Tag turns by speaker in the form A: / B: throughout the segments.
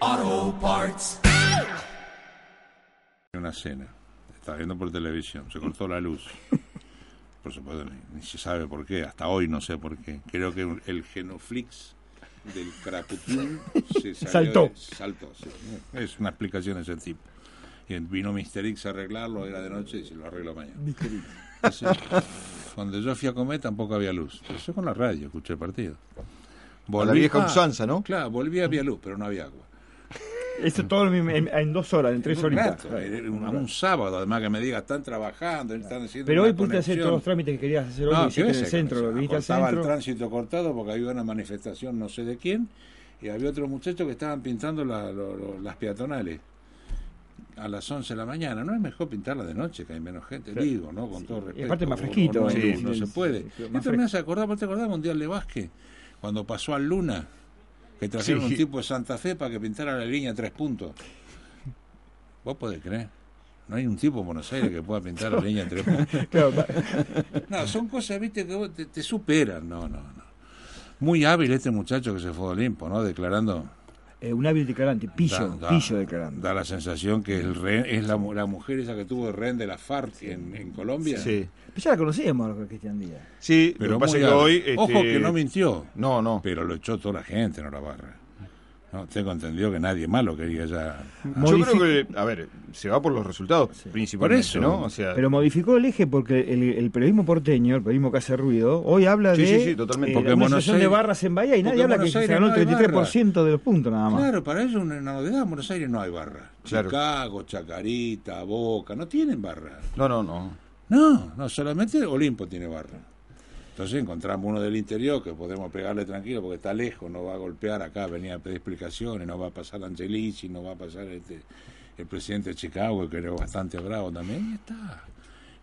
A: Auto Parts.
B: una cena. Está viendo por televisión, se cortó la luz. Por supuesto, ni, ni se sabe por qué, hasta hoy no sé por qué. Creo que el genoflix del Craputín se salió
C: Saltó.
B: de- saltó, sí. Es una explicación de ese tipo. Y vino Mr. X a arreglarlo, era de noche y se lo arreglo mañana. Entonces, cuando yo fui a comer tampoco había luz. Yo con la radio escuché el partido.
D: A la
B: Volví-
D: vieja
B: ah,
D: usanza, ¿no?
B: Claro, volví había luz, pero no había agua.
C: Eso todo en, en- en dos horas, en tres
B: Un
C: horitas.
B: rato, era eh, un, un sábado, además que me diga, están trabajando, están haciendo.
C: Pero
B: una
C: hoy pudiste hacer
B: conexión.
C: todos los trámites que querías hacer hoy,
B: No,
C: lo hiciste
B: ¿qué
C: en el
B: sé?
C: centro,
B: O
C: lo
B: sea,
C: viniste al
B: cortaba
C: centro.
B: el tránsito cortado porque había una manifestación no sé de quién y había otros muchachos que estaban pintando la- lo- lo- las peatonales a las 11 de la mañana. No es mejor pintarla de noche, que hay menos gente, digo, ¿no? Con todo respeto.
C: Y aparte más
B: o-
C: fresquito, ¿eh?
B: o no, hay
C: sí,
B: luz, no
C: sí,
B: se
C: sí,
B: puede.
C: sí, pero más
B: Esto me hace acordar, ¿vos te acordás del Mundial de Básquet? Cuando pasó al Luna, que trajeron un tipo de Santa Fe para que pintara la línea tres puntos. ¿Vos podés creer? No hay un tipo en Buenos Aires que pueda pintar la línea tres puntos.
C: Claro, pa-
B: No, son cosas, viste, que vos te, te superan. No, no, no. Muy hábil este muchacho que se fue a Olimpo, ¿no? Declarando.
C: eh, un hábil declarante, pillo,
B: Da- da-
C: pillo declarante.
B: Da la sensación que el rehén- es la, mu- la mujer esa que tuvo de rehén de la FARC en, en Colombia.
D: Sí,
C: Pero ya la conocíamos, a Cristian Díaz.
D: sí
B: Pero
D: lo que pasa
B: muy
D: es que
B: hábil.
D: hoy. este,
B: Ojo que no mintió.
D: No, no.
B: Pero lo echó toda la gente, no la barra. No, tengo entendido que nadie más lo quería ya.
D: Yo
C: Modifi-
D: creo que, a ver, se va por los resultados principalmente,
B: Por eso.
D: ¿no? O sea,
C: Pero modificó el eje porque el, el periodismo porteño, el periodismo que hace ruido, hoy habla
D: Sí,
C: de
D: sí, sí, totalmente.
C: eh,
B: Porque
C: la
B: en Buenos
C: administración de
B: Aires-
C: barras en Bahía
B: porque
C: y nadie
B: en
C: habla que
B: Buenos
C: se
B: Aires
C: ganó
B: no
C: el
B: hay
C: 33% de los puntos nada más.
B: Claro, para ellos una novedad. En Buenos Aires no hay barra.
D: Claro.
B: Chicago, Chacarita, Boca, no tienen barra.
D: no, no, no.
B: No, no, solamente Olimpo tiene barra. Entonces encontramos uno del interior que podemos pegarle tranquilo porque está lejos, no va a golpear acá, venía a pedir explicaciones, no va a pasar Angelici, no va a pasar este, el presidente de Chicago, que era bastante bravo también, y está.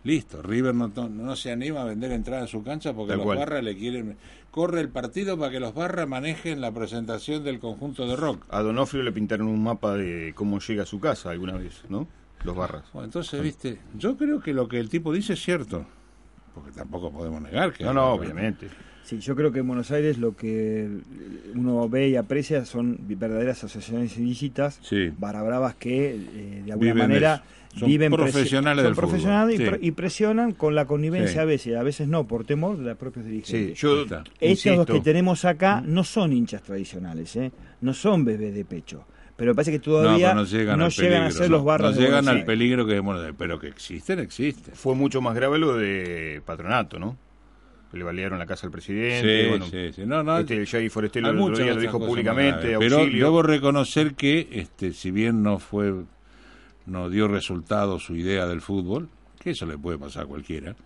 B: Listo, River no, to- no se anima a vender entrada en su cancha porque
D: Tal
B: los
D: cual.
B: barras le quieren... Corre el partido para que los barras manejen la presentación del conjunto de rock.
D: A Donofrio le pintaron un mapa de cómo llega a su casa alguna vez, ¿no? Los barras.
B: Bueno,
D: Ah.
B: entonces, viste, yo creo que lo que el tipo dice es cierto, porque tampoco podemos negar que...
D: No, no, obviamente.
C: Sí, yo creo que en Buenos Aires lo que uno ve y aprecia son verdaderas asociaciones ilícitas,
B: Sí.
C: barabravas que eh, de alguna
B: Viven
C: manera
B: eso. Son
C: viven presi-
B: profesionales
C: son
B: del fútbol,
C: profesionales y,
B: sí.
C: pre- y presionan con la connivencia
B: Sí.
C: a veces, a veces no, por temor de los propios dirigentes.
D: Sí, yo
B: Está.
C: Estos dos
D: insisto,
C: que tenemos acá
B: Mm.
C: no son hinchas tradicionales, ¿eh? no son bebés de pecho, pero me parece que
B: No,
C: todavía
B: pero no llegan,
C: no
B: al
C: llegan a
B: peligro,
C: ser
B: no.
C: los barras
B: No
C: de
B: llegan
C: Buenos
B: al
C: Aires.
B: peligro que bueno, de- pero que existen, existen.
D: fue mucho más grave lo de Patronato, ¿no? Que Le balearon la casa al presidente.
B: Sí,
D: bueno,
B: sí, sí. No, no,
D: este, el Jay Forestelo
B: hay
D: el otro
B: muchas
D: día lo
B: otras
D: dijo
B: cosas más
D: públicamente.
B: graves. Pero
D: auxilio.
B: debo reconocer que, este, si bien no fue, no dio resultado su idea del fútbol, que eso le puede pasar a cualquiera,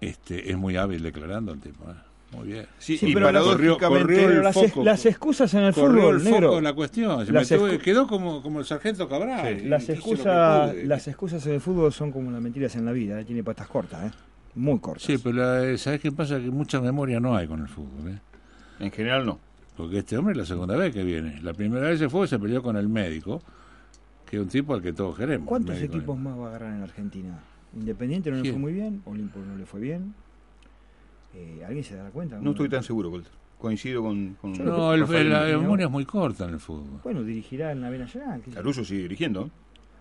B: este, es muy hábil declarando el tipo. ¿eh? Muy bien.
D: Sí,
C: Sí,
D: y
C: pero la-
D: paradójicamente-
B: corrió
C: Pero
B: el
C: las,
B: foco.
C: las excusas en el
B: Corrió
C: fútbol,
B: el
C: negro.
B: foco en la cuestión. Se me
C: Las
B: tuve-
C: escu-
B: quedó como, como el sargento Cabral.
D: Sí.
B: y
C: Las
B: hizo lo que
C: excusas,
B: pude.
C: las excusas en el fútbol son como las mentiras en la vida, ¿eh? tiene patas cortas, ¿eh? muy cortas.
B: Sí, pero la- ¿sabes qué pasa? Que mucha memoria no hay con el fútbol. ¿eh?
D: En general no.
B: Porque este hombre es la segunda vez que viene. La primera vez se fue y se peleó con el médico, que es un tipo al que todos queremos.
C: ¿Cuántos
B: médico,
C: equipos
B: ¿eh?
C: más va a agarrar en Argentina? Independiente no le
B: Sí.
C: fue muy bien, Olimpo no le fue bien. Eh, ¿Alguien se dará cuenta?
D: No estoy tan seguro, Colter. Coincido con. con
B: No, el-
D: Rafael.
B: la memoria es muy corta en el fútbol.
C: Bueno, dirigirá en la Vena General. ¿qué sé yo?
D: Caruso sigue dirigiendo. ¿eh?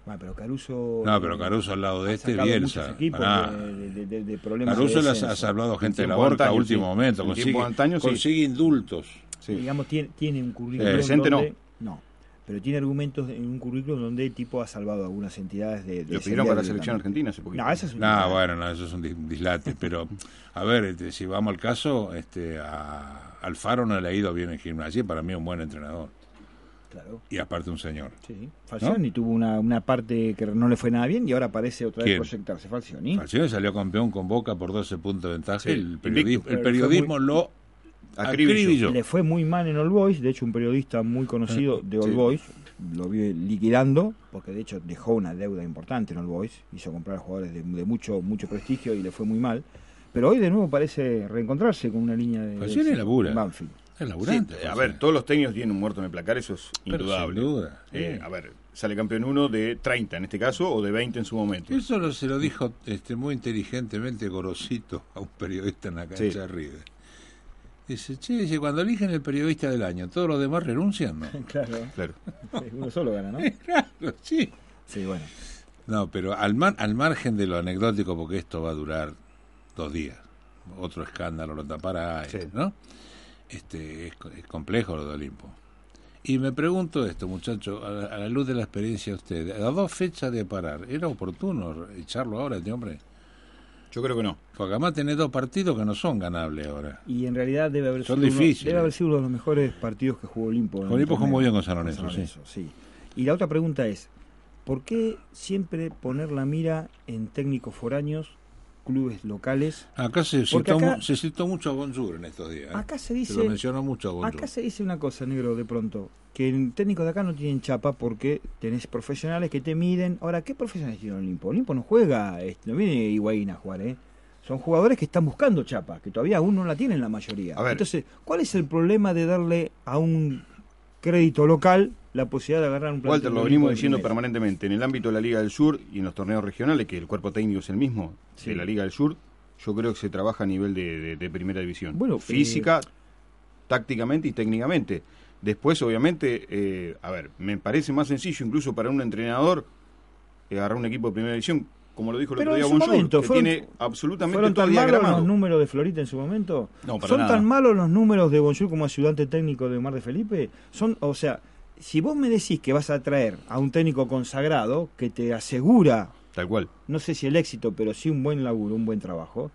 C: Bueno, pero Caruso.
B: No, pero Caruso al lado de
C: ha
B: este,
C: sacado
B: Bielsa.
C: muchos equipos
B: pará.
C: de, de- de- de problemas.
B: Caruso
C: de
B: le ha
C: descenso.
B: ha salvado gente de la
D: tiempo
B: borca a
D: antaño,
B: último
D: sí.
B: momento.
D: En
B: Consigue,
D: tiempo antaño, sí.
B: consigue indultos.
D: Sí.
C: digamos, tiene, tiene un currículum.
B: Eh,
D: presente
C: donde- No, pero tiene argumentos en un currículum donde el tipo ha salvado algunas entidades de. de
D: Lo pidieron para la
C: descender
D: selección argentina
C: directamente.
D: hace poquito.
C: No, esa es una.
B: No, bueno, no, eso es un di- dislate. pero, a ver, este, si vamos al caso, este, a Alfaro no le ha ido bien en gimnasia. y Para mí es un buen entrenador.
C: Claro.
B: Y aparte un señor.
C: Sí. Falcioni tuvo una, una parte que no le fue nada bien y ahora parece otra vez
B: ¿Quién?
C: proyectarse. Falcioni.
B: Falcioni salió campeón con Boca por 12 puntos de ventaja.
D: Sí,
B: el periodismo,
D: invicto.
B: el periodismo lo
D: Acribillo.
B: acribilló.
C: Le fue muy mal en All Boys. De hecho, un periodista muy conocido de All
D: sí.
C: Boys lo vio liquidando, porque de hecho dejó una deuda importante en All Boys, hizo comprar a jugadores de, de mucho, mucho prestigio y le fue muy mal. Pero hoy de nuevo parece reencontrarse con una línea de,
B: Falcioni
C: de-
B: labura.
C: Banfield.
B: Es laburante.
D: Sí, a
B: Falcioni.
D: ver, todos los técnicos tienen un muerto en el placar, eso es
B: pues, Pero
D: indudable.
B: sin duda,
D: Eh,
B: sí.
D: A ver, sale campeón uno de 30 en este caso o de 20 en su momento.
B: Eso lo- se lo dijo este, muy inteligentemente Gorosito a un periodista en la cancha
D: Sí.
B: de River. Dice, che, dice, cuando eligen el periodista del año, todos los demás renuncian, ¿no?
C: Claro,
D: Claro.
C: sí, uno solo gana, ¿no?
B: claro, sí.
C: Sí, bueno.
B: No, pero al, mar- al margen de lo anecdótico, porque esto va a durar dos días. Otro escándalo lo tapará,
D: Sí.
B: ¿no? Este, es, co- es complejo lo de Olimpo. Y me pregunto esto, muchacho, a, la- a la luz de la experiencia de usted, a dos fechas de parar, ¿era oportuno echarlo ahora este hombre?
D: Yo creo que no.
B: Porque además tenés dos partidos que no son ganables ahora.
C: Y en realidad debe haber,
B: Son
C: sido uno,
B: difíciles.
C: debe haber sido uno de los mejores partidos que jugó Olimpo. en el
B: Olimpo jugó
C: torneo.
B: muy bien con San Lorenzo,
C: sí. Y la otra pregunta es, ¿por qué siempre poner la mira en técnicos foráneos, clubes locales?
B: Acá se
C: Porque
B: citó,
C: acá-
B: mu- se citó mucho a Bonjour en estos días. ¿eh?
C: Acá se
B: se lo
C: dice,
B: mencionó mucho a Bonjour.
C: acá se dice una cosa, negro, de pronto, que en- técnicos de acá no tienen chapa porque tenés profesionales que te miden. Ahora, ¿qué profesionales tiene Olimpo? Olimpo no juega, este, no viene Higuaín a jugar, ¿eh? Son jugadores que están buscando chapa, que todavía aún no la tienen la mayoría.
D: A ver.
C: Entonces, ¿cuál es el problema de darle a un crédito local la posibilidad de agarrar un
D: Walter,
C: plantel
D: lo
C: de
D: venimos
C: Olimpo de
D: diciendo
C: primera?
D: permanentemente. En el ámbito de la Liga del Sur y en los torneos regionales, que el cuerpo técnico es el mismo
C: Sí.
D: de la Liga del Sur, yo creo que se trabaja a nivel de, de- de primera división.
C: Bueno, eh,
D: Física, tácticamente y técnicamente. Después, obviamente, eh, a ver, me parece más sencillo incluso para un entrenador eh, agarrar un equipo de primera división, como lo dijo el
C: Pero
D: otro día
C: en su
D: Bonjour,
C: momento
D: que
C: fueron-
D: tiene absolutamente
C: ¿Fueron
D: todo
C: tan malos los
D: diagramado.
C: números de Florita en su momento?
D: No, para
C: ¿Son
D: nada.
C: tan malos los números de Bonjour como ayudante técnico de Omar de Felipe? Son, o sea, si vos me decís que vas a traer a un técnico consagrado que te asegura,
D: Tal cual.
C: no sé si el éxito, pero sí un buen laburo, un buen trabajo,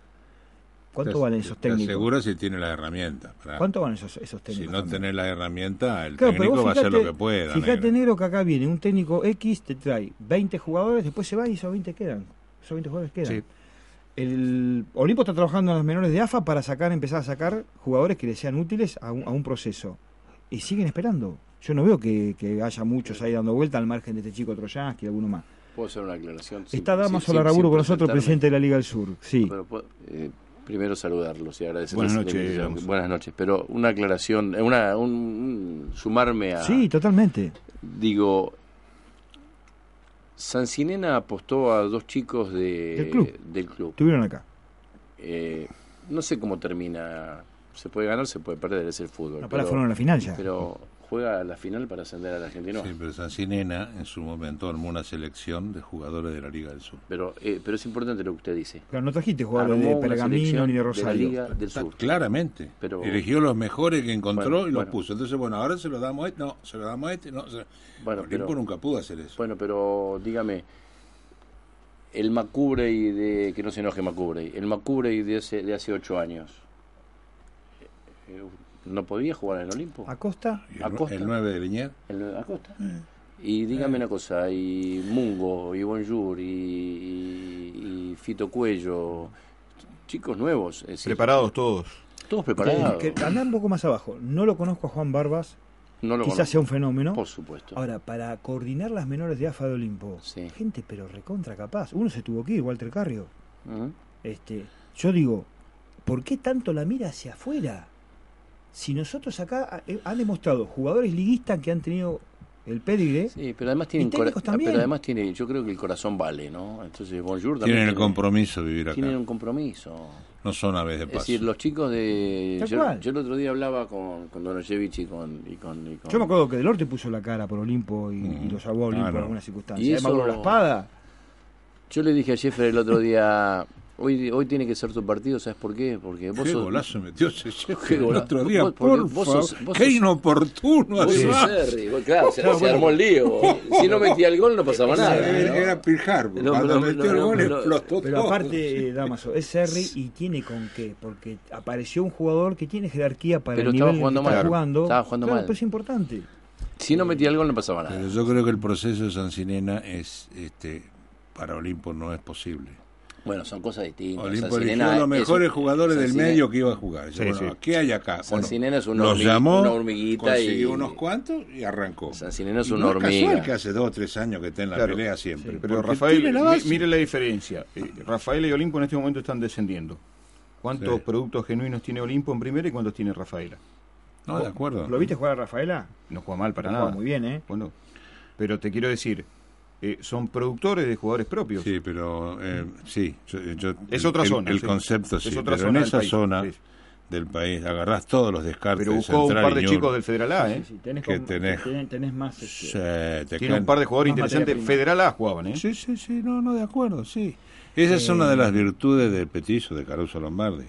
C: ¿cuánto
B: Te-
C: valen
B: te-
C: esos
B: Te
C: técnicos?
B: aseguro si tiene la herramienta. pará.
C: ¿Cuánto valen esos, esos
B: Si
C: técnicos?
B: no
C: también?
B: tenés la herramienta, el
C: Claro, pero
B: técnico
C: vos
B: va a hacer lo
C: fíjate-
B: que pueda.
C: Fíjate,
B: negro.
C: negro, que acá viene un técnico X, te trae 20 jugadores, después se va y esos 20 quedan. Esos 20 jugadores quedan.
D: Sí.
C: El Olimpo está trabajando en las menores de AFA para sacar, empezar a sacar jugadores que le sean útiles a un, a un proceso. Y siguen esperando. Yo no veo que, que haya muchos ahí dando vuelta al margen de este chico Troyansky y alguno más.
E: ¿Puedo hacer una aclaración?
C: está Damaso
E: la
C: Larraburu con nosotros, presidente de la Liga del Sur. Sí.
E: eh, primero saludarlos y agradecerles.
D: Buenas
E: la
D: noches,
E: invitación.
D: Damaso.
E: Buenas noches. Pero una aclaración, eh, una, un, un- sumarme a...
C: Sí, totalmente.
E: Digo, Sancinena apostó a dos chicos de,
C: Del club.
E: del club.
C: Estuvieron acá.
E: Eh, no sé cómo termina. Se puede ganar, se puede perder, es el fútbol.
C: No, para fueron a la final ya.
E: pero juega a la final para ascender al argentino.
B: Sí, pero Sancinena en su momento armó una selección de jugadores de la Liga del Sur.
E: Pero, eh, pero es importante lo que usted dice.
C: Claro, no trajiste jugadores
E: Armó
C: de
E: una
C: Pergamino
E: selección
C: ni de
E: la
C: Rosario.
E: Liga del
B: Está
E: Sur.
B: claramente.
E: Pero-
B: Eligió los mejores que encontró
E: Bueno,
B: y los
E: bueno.
B: puso. Entonces, bueno, ahora se lo damos a este, no, se lo damos a este, no. se-
E: Bueno,
B: Olimpo
E: pero-
B: nunca pudo hacer eso.
E: Bueno, pero dígame, el Macubrey de. Que no se enoje Macubrey. El Macubrey de hace, de hace ocho años. eh, ¿No podía jugar en el Olimpo?
C: Ah. Acosta,
B: Y el, nue-
E: Acosta.
B: el 9 de Liniers.
E: El- Acosta.
C: Mm.
E: Y
C: Eh.
E: dígame una cosa, y Mungo, y Bonjour, y, y- y Fito Cuello, chicos nuevos, es decir,
D: Preparados todos.
E: todos preparados.
C: que- que- andá un poco más abajo. No lo conozco a Juan Barbas,
E: no lo
C: quizás sea un fenómeno.
E: Por supuesto.
C: Ahora, para coordinar las menores de AFA de Olimpo,
E: Sí.
C: gente pero recontra capaz. Uno se tuvo que ir, Walter Carrio.
E: Ujú.
C: Este, yo digo, ¿por qué tanto la mira hacia afuera? Si nosotros acá eh, han demostrado jugadores liguistas que han tenido el pedigre,
E: Sí, pero además tienen
C: Y técnicos
E: cora-
C: también.
E: pero además tiene, yo creo que el corazón vale, ¿no? Entonces Bonjour también
B: Tienen el
E: tiene-
B: compromiso de vivir acá.
E: tienen un compromiso.
B: No son aves de
E: Es
B: paso.
E: decir, los chicos de
C: Tal
E: yo,
C: cual.
E: yo el otro día hablaba con con Donoyevich y con y con, y con-
C: yo me acuerdo que Delorte puso la cara por Olimpo y, y lo salvó a Olimpo
B: Ah, no.
C: en alguna
E: Mm, Y
C: circunstancia. Eh, Además,
E: eso-
C: con la espada,
E: Yo le dije a Jeffrey el otro día, hoy hoy tiene que ser tu partido, ¿sabes por qué? Porque vos
B: Qué
E: sos-
B: golazo metió ese Sheffield
E: Qué
B: el
E: golazo.
B: otro día,
E: Vos- porque
B: por
E: vos
B: favor.
E: sos- vos
B: Qué
E: sos-
B: inoportuno,
E: Vos sos
B: además.
E: Serri, vos- claro, se, se armó el lío. Si no metía el gol no pasaba nada.
B: Era, era Pearl Harbor.
E: No,
B: Cuando
E: no,
B: metió
E: no,
B: el
E: no,
B: gol,
E: no.
B: explotó
C: pero
B: todo.
C: aparte, eh, Damaso, es Serri y tiene con qué, porque apareció un jugador que tiene jerarquía para
E: Pero
C: el
E: estaba
C: nivel en el
E: jugando
C: que está
E: mal.
C: jugando.
E: Estaba jugando
C: Claro,
E: mal.
C: pero es importante.
E: Si no metía el gol no pasaba nada.
B: Pero yo creo que el proceso de Sancinena es, este, para Olimpo no es posible.
E: Bueno, son cosas distintas.
B: Olimpo eligió
E: Sancinena
B: a los
E: es un-
B: mejores jugadores del
E: Sancinena-
B: medio que iba a jugar. Dice,
D: Sí,
B: bueno,
D: sí.
B: ¿Qué hay acá?
E: Sancinena es una
B: los
E: hormiga-
B: llamó,
E: una hormiguita
B: consiguió
E: y-
B: unos cuantos y arrancó.
E: Sancinena es
B: Y
E: una
B: no
E: hormiga.
B: casual que hace dos o tres años que está en la
D: Claro.
B: pelea siempre.
D: Pero
B: Porque
D: Rafael,
B: tiene la
D: mi-
B: base.
D: mire la diferencia. Eh, Rafael y Olimpo en este momento están descendiendo. ¿Cuántos
B: Sí.
D: productos genuinos tiene Olimpo en primera y cuántos tiene Rafaela?
B: No, de acuerdo.
C: ¿Lo viste jugar a Rafaela?
D: No juega mal para
C: Juega
D: nada.
C: muy bien, ¿eh?
D: Bueno, pero te quiero decir, eh, son productores de jugadores propios.
B: Sí, pero eh, sí. yo- yo-
D: Es otra
B: el-
D: zona,
B: El
D: sí.
B: concepto
D: Es
B: sí.
D: otra
B: pero
D: zona
B: en
D: del
B: esa
D: país,
B: zona
D: sí.
B: del país agarrás todos los descartes.
D: Pero
B: de
D: buscó un
B: Central
D: par
B: y
D: de
B: Ñul.
D: chicos del Federal A, ¿eh?
C: Sí, sí, tenés,
B: que
C: como-
B: tenés-
C: tenés- tenés más.
B: Sí,
C: este,
B: te
D: Tiene un
B: caen-
D: par de jugadores
C: Más materia
D: interesantes.
C: prima.
D: Federal A jugaban, ¿eh?
B: Sí, sí, sí, no, no, de acuerdo, sí. Eh, Esa es una de las virtudes del petizo de Caruso Lombardi.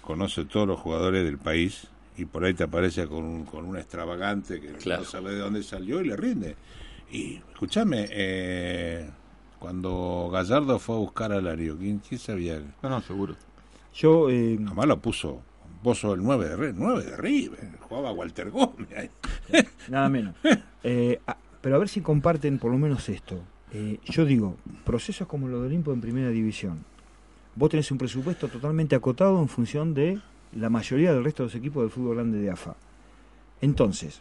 B: Conoce todos los jugadores del país y por ahí te aparece con un, con un extravagante que
E: Claro.
B: no sabe de dónde salió y le rinde. Y escúchame, eh, cuando Gallardo fue a buscar a Lario, ¿quién, quién sabía?
D: No, no, seguro.
C: Yo, eh,
B: Jamás lo puso. Vos sos el 9 de, Re- 9 de River, jugaba Walter Gómez. ahí.
C: nada menos. Eh, a- pero a ver si comparten por lo menos esto. Eh, yo digo, procesos como lo de Olimpo en primera división. Vos tenés un presupuesto totalmente acotado en función de la mayoría del resto de los equipos del fútbol grande de AFA. Entonces,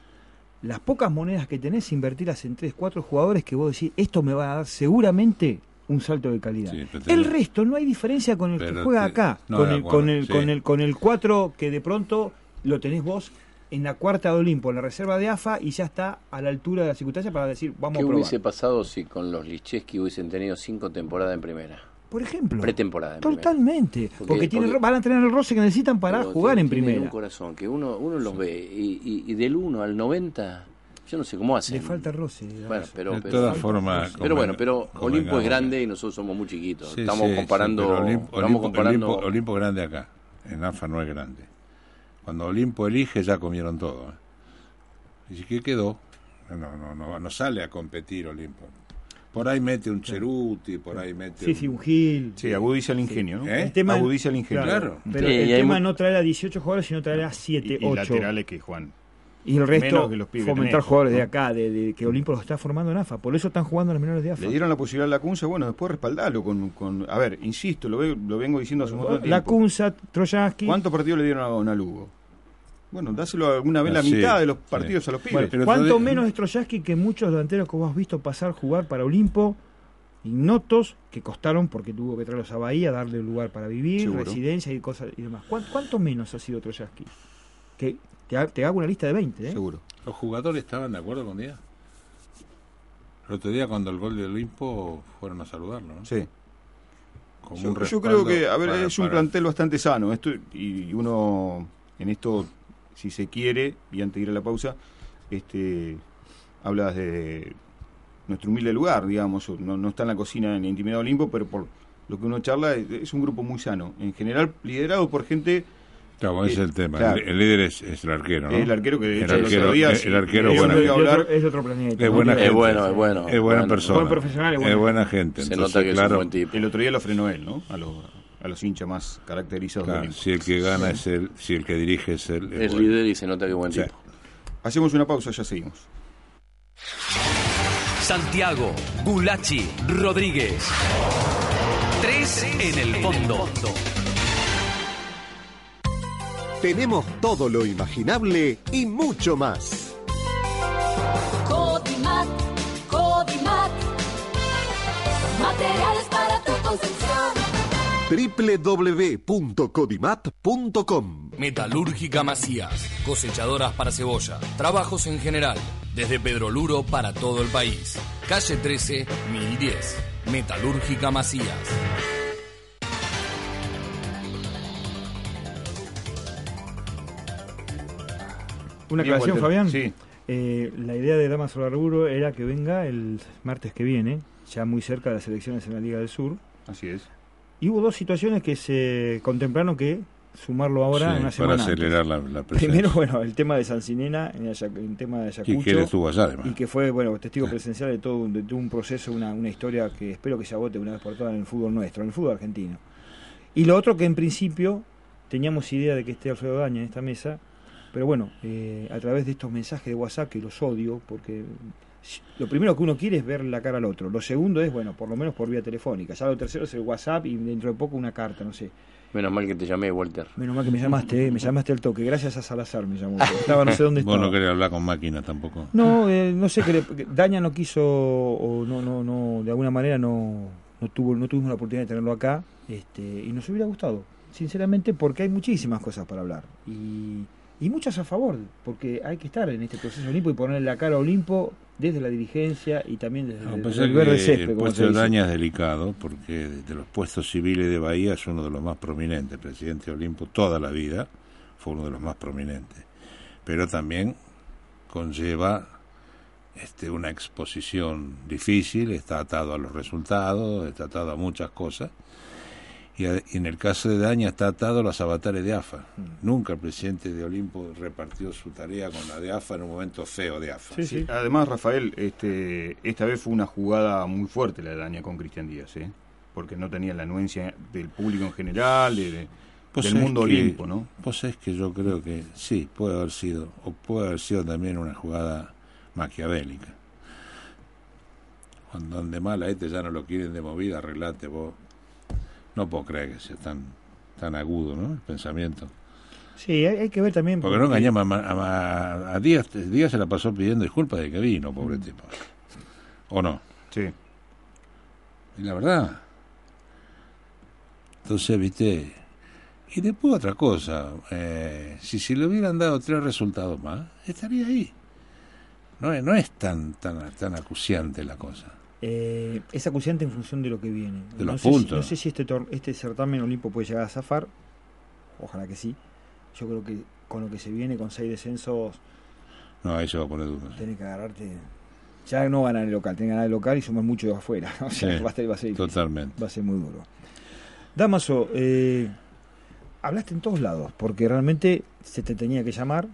C: las pocas monedas que tenés, invertirlas en 3, 4 jugadores que vos decís, esto me va a dar seguramente un salto de calidad.
B: Sí, pero
C: el
B: tenés-
C: resto no hay diferencia con el que
B: Pero
C: juega
B: te-
C: acá,
B: no,
C: con,
B: de
C: el,
B: acuerdo,
C: con, el,
B: sí.
C: con, el, con el 4 que de pronto lo tenés vos en la cuarta de Olimpo, en la reserva de AFA, y ya está a la altura de la circunstancia para decir, vamos
E: ¿Qué
C: a probar.
E: hubiese pasado si con los Licheski hubiesen tenido cinco temporadas en primera?
C: Por ejemplo.
E: Pretemporada en primera.
C: Totalmente. Porque,
E: Porque-
C: tienen-
E: porque-
C: van a tener el roce que necesitan para
E: Pero
C: jugar en
E: tienen
C: primera.
E: un corazón que uno, uno los ve y, y- y del 1 al 90, yo no sé cómo hacen.
C: Le falta el roce. digamos.
E: Bueno, pero,
B: de
E: pero-
B: todas formas.
E: pero bueno, pero
B: conven-
E: Olimpo es
B: convengamos.
E: grande y nosotros somos muy chiquitos.
B: Sí,
E: estamos
B: sí, sí,
E: comparando.
B: pero Olimpo,
E: estamos
B: Olimpo-
E: comparando.
B: Olimpo- Olimpo grande acá. En AFA no es grande. Cuando Olimpo elige ya comieron todo. ¿eh? Y si que quedó, no, no, no, no sale a competir Olimpo. Por ahí mete un Cheruti, por ahí mete
C: Sí,
B: un-
C: sí, un Gil.
D: Sí, agudiza el ingenio, ¿no?
B: ¿Eh?
C: El tema-
D: Agudiza el ingenio.
B: Claro.
C: Pero este
E: Sí,
C: el
E: y hay
C: tema
E: mu-
C: no traer a 18 jugadores, sino traer a
D: Y,
C: 7,
D: y
C: 8.
D: laterales que Juan.
C: Y el resto,
D: menos que los pibes
C: fomentar
D: tenés,
C: jugadores de
D: ¿no?
C: acá, de, de- que Olimpo los está formando en AFA. Por eso están jugando los menores de AFA.
D: Le dieron la posibilidad a la Cunza, bueno, después respaldalo con, con- A ver, insisto, lo, ve- lo vengo diciendo hace un montón de tiempo.
C: La Kunza, Troyansky.
D: ¿Cuántos partidos le dieron a, a Lugo? Bueno, dáselo alguna vez la
B: Ah, Sí,
D: mitad de los
B: sí.
D: partidos a los pibes.
B: Bueno, pero
C: ¿Cuánto
B: todavía-
C: menos es Troyaski que muchos delanteros que vos has visto pasar jugar para Olimpo? Ignotos que costaron porque tuvo que traerlos a Bahía, darle un lugar para vivir,
D: Seguro.
C: residencia y cosas y demás. ¿Cuán- ¿Cuánto menos ha sido Troyaski? Que te, ha- te hago una lista de 20, ¿eh?
D: Seguro.
B: ¿Los jugadores estaban de acuerdo con Díaz? El otro día, cuando el gol de Olimpo, fueron a saludarlo. ¿no?
D: Sí.
B: Como
D: ¿Eh? Yo,
B: un
D: yo
B: respaldo
D: creo que, a ver,
B: para-
D: es un
B: para-
D: plantel bastante sano. Esto, y uno, en esto, si se quiere, y antes de ir a la pausa, este, habla desde nuestro humilde lugar, digamos. No, no está en la cocina en la intimidad de Olimpo, pero por lo que uno charla, es, es un grupo muy sano. En general, liderado por gente.
B: Claro, ese es el tema.
D: Claro.
B: El, el líder es, es el arquero, ¿no?
D: El arquero que de
B: El
D: hecho el otro
B: arquero-
D: día,
B: el-
D: si
B: el arquero,
D: queremos
B: buena
C: es, de
B: gente.
C: otro,
D: hablar-
C: es de otro planeta.
B: Es
C: ¿no?
B: buena
C: Que-
E: es
B: gente.
E: bueno, es bueno.
B: Es buena
E: bueno.
B: persona.
C: Buen profesional, es
B: es
C: buena
B: buena, gente.
E: Se
B: Entonces,
E: nota que es
B: claro,
E: un buen tipo.
D: El otro día lo frenó él, ¿no? A los, a los hinchas más caracterizados de
B: Claro,
D: Olimpo.
B: si el que gana es él, si el que dirige es él. es
E: es
B: bueno.
E: líder y se nota que es buen
B: Sí.
E: tipo.
D: Hacemos una pausa, ya seguimos.
A: Santiago, Gulachi, Rodríguez. Tres en el fondo.
F: Tenemos todo lo imaginable y mucho más.
G: Codimat, Codimat, materiales para tu construcción.
F: www.codimat.com
A: Metalúrgica Macías, cosechadoras para cebolla, trabajos en general, desde Pedroluro para todo el país. Calle 13, 1010. Metalúrgica Macías.
C: Una
D: Bien,
C: aclaración,
D: Walter.
C: Fabián.
D: Sí.
C: Eh, la idea de Damaso Larguro era que venga el martes que viene, ya muy cerca de las elecciones en la Liga del Sur.
D: Así es.
C: Y hubo dos situaciones que se contemplaron que sumarlo ahora
B: Sí,
C: una
B: para
C: semana. antes.
B: acelerar la, la presencia.
C: Primero, bueno, el tema de Sancinena, en Ayac- el tema de Ayacucho.
B: y que él estuvo allá, además.
C: y que fue, bueno, testigo presencial de todo un, de todo un proceso, una, una historia que espero que se agote una vez por todas en el fútbol nuestro, en el fútbol argentino. Y lo otro que en principio teníamos idea de que esté Alfredo Daña en esta mesa, pero bueno, eh, a través de estos mensajes de WhatsApp que los odio, porque lo primero que uno quiere es ver la cara al otro. Lo segundo es, bueno, por lo menos por vía telefónica. Ya lo tercero es el WhatsApp y dentro de poco una carta, no sé.
E: Menos mal que te llamé, Walter.
C: Menos mal que me llamaste, ¿eh? me llamaste al toque. Gracias a Salazar me llamó. Estaba, no sé dónde
B: Vos
C: estaba.
B: no querés hablar con máquina tampoco.
C: No, eh, no sé, que le- que Daña no quiso, o no, no, no, de alguna manera no, no tuvo, no tuvimos la oportunidad de tenerlo acá, este, y nos hubiera gustado, sinceramente, porque hay muchísimas cosas para hablar y, y muchas a favor, porque hay que estar en este proceso Olimpo y ponerle la cara a Olimpo desde la dirigencia y también desde,
B: No, pensá
C: desde pues el verde
B: que
C: césped,
B: el
C: como
B: puesto
C: se
B: de
C: dice.
B: Daña es delicado porque de los puestos civiles de Bahía es uno de los más prominentes. El presidente de Olimpo toda la vida fue uno de los más prominentes. Pero también conlleva este, una exposición difícil, está atado a los resultados, está atado a muchas cosas. Y, a- y en el caso de Daña está atado a los avatares de AFA.
C: Mm.
B: Nunca el presidente de Olimpo repartió su tarea con la de AFA en un momento feo de AFA.
C: Sí, sí.
D: Además, Rafael, este, esta vez fue una jugada muy fuerte la de Daña con Cristian Díaz, ¿eh? porque no tenía la anuencia del público en general, de- de-
B: Vos
D: del
B: sabés
D: mundo
B: Pues que-
D: olimpo, ¿no?
B: Vos sabés que yo creo que sí, puede haber sido, o puede haber sido también una jugada maquiavélica. Cuando ande mal a este ya no lo quieren de movida, arreglate vos. No puedo creer que sea tan, tan agudo, ¿no? El pensamiento.
C: Sí, hay, hay que ver también.
B: Porque no engañamos a, Ma- a, Ma- a Díaz. Díaz se la pasó pidiendo disculpas de que vino, pobre
D: Mm.
B: tipo. ¿O no?
D: Sí.
B: Y la verdad. Entonces, viste. Y después otra cosa. eh, si se le hubieran dado tres resultados más, estaría ahí. No es, no es tan, tan, tan acuciante la cosa.
C: Eh, es acuciante en función de lo que viene.
B: De
C: no,
B: los
C: sé si,
B: puntos.
C: no sé si este, tor- este certamen Olimpo puede llegar a zafar. Ojalá que sí. Yo creo que con lo que se viene, con seis descensos,
B: No, ahí se va a poner duro.
C: tenés que agarrarte. Ya no ganar el local, tenés que ganar el local y somos muchos afuera. O sea,
B: Sí,
C: va, a ser, va a ser difícil.
B: Totalmente.
C: Va a ser muy duro. Damaso, eh, hablaste en todos lados, porque realmente se te tenía que llamar.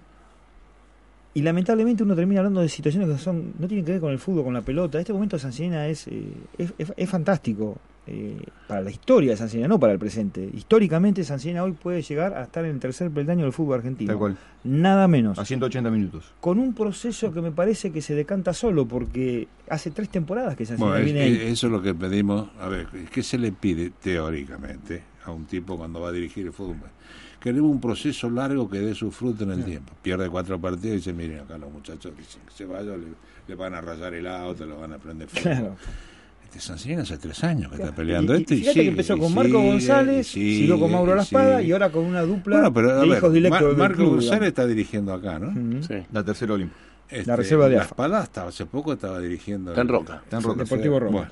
C: Y lamentablemente uno termina hablando de situaciones que son no tienen que ver con el fútbol, con la pelota. Este momento de San Sirena es, eh, es, es- es fantástico eh, para la historia de San Sirena, no para el presente. Históricamente San Sirena hoy puede llegar a estar en el tercer peldaño del fútbol argentino.
D: Tal cual.
C: Nada menos
D: A 180 minutos.
C: con un proceso que me parece que se decanta solo, porque hace tres temporadas que San Sirena
B: Bueno, es-
C: viene ahí.
B: es- eso es lo que pedimos. A ver, ¿qué se le pide teóricamente a un tipo cuando va a dirigir el fútbol? Queremos un proceso largo que dé su fruto en el tiempo. Pierde cuatro partidos y dice, miren acá los muchachos que se, que se vayan, le, le van a rayar el auto, lo van a prender fuego.
C: Claro.
B: Este San Sirena hace tres años que está
C: Claro.
B: peleando
C: Y- y
B: esto y
C: fíjate
B: sigue,
C: que empezó
B: y
C: con Marco
B: sigue, y
C: González,
B: sigue,
C: siguió con Mauro La Espada
B: sigue.
C: y ahora con una dupla
B: Bueno, pero a
C: de
B: ver,
C: hijos directos
B: Mar-
C: del
B: Marco
C: club,
B: González
C: digamos.
B: está dirigiendo acá, ¿no?
C: Ujú.
E: Sí.
D: La tercera Olimpo.
B: Este,
C: La reserva de
B: La
C: AFA.
B: Espada hasta hace poco estaba dirigiendo.
E: Está en Roca.
D: Está en Roca.
C: Deportivo Roca.
B: Bueno,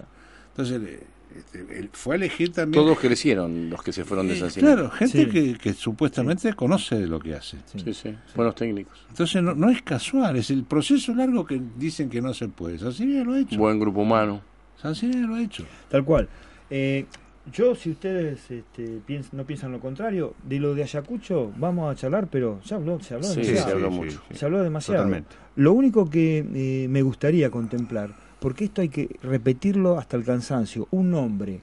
B: entonces, eh, este, él fue a elegir también.
E: Todos crecieron los que se fueron de
B: Eh,
E: San Sirena.
B: Claro, gente
C: Sí.
B: que, que supuestamente conoce de lo que hace.
E: Sí, sí. Buenos técnicos.
B: Entonces no, no es casual, es el proceso largo que dicen que no se puede. San Sirena lo ha hecho.
E: Buen grupo humano.
B: San Sirena lo ha hecho.
C: Tal cual. Eh, yo, si ustedes este, piens- no piensan lo contrario, de lo de Ayacucho vamos a charlar, pero ya habló, se habló
E: Sí,
D: Sí,
C: demasiado.
E: se habló
D: sí,
E: mucho.
D: sí.
C: Se habló demasiado.
D: Totalmente.
C: Lo único que eh, me gustaría contemplar, porque esto hay que repetirlo hasta el cansancio, un nombre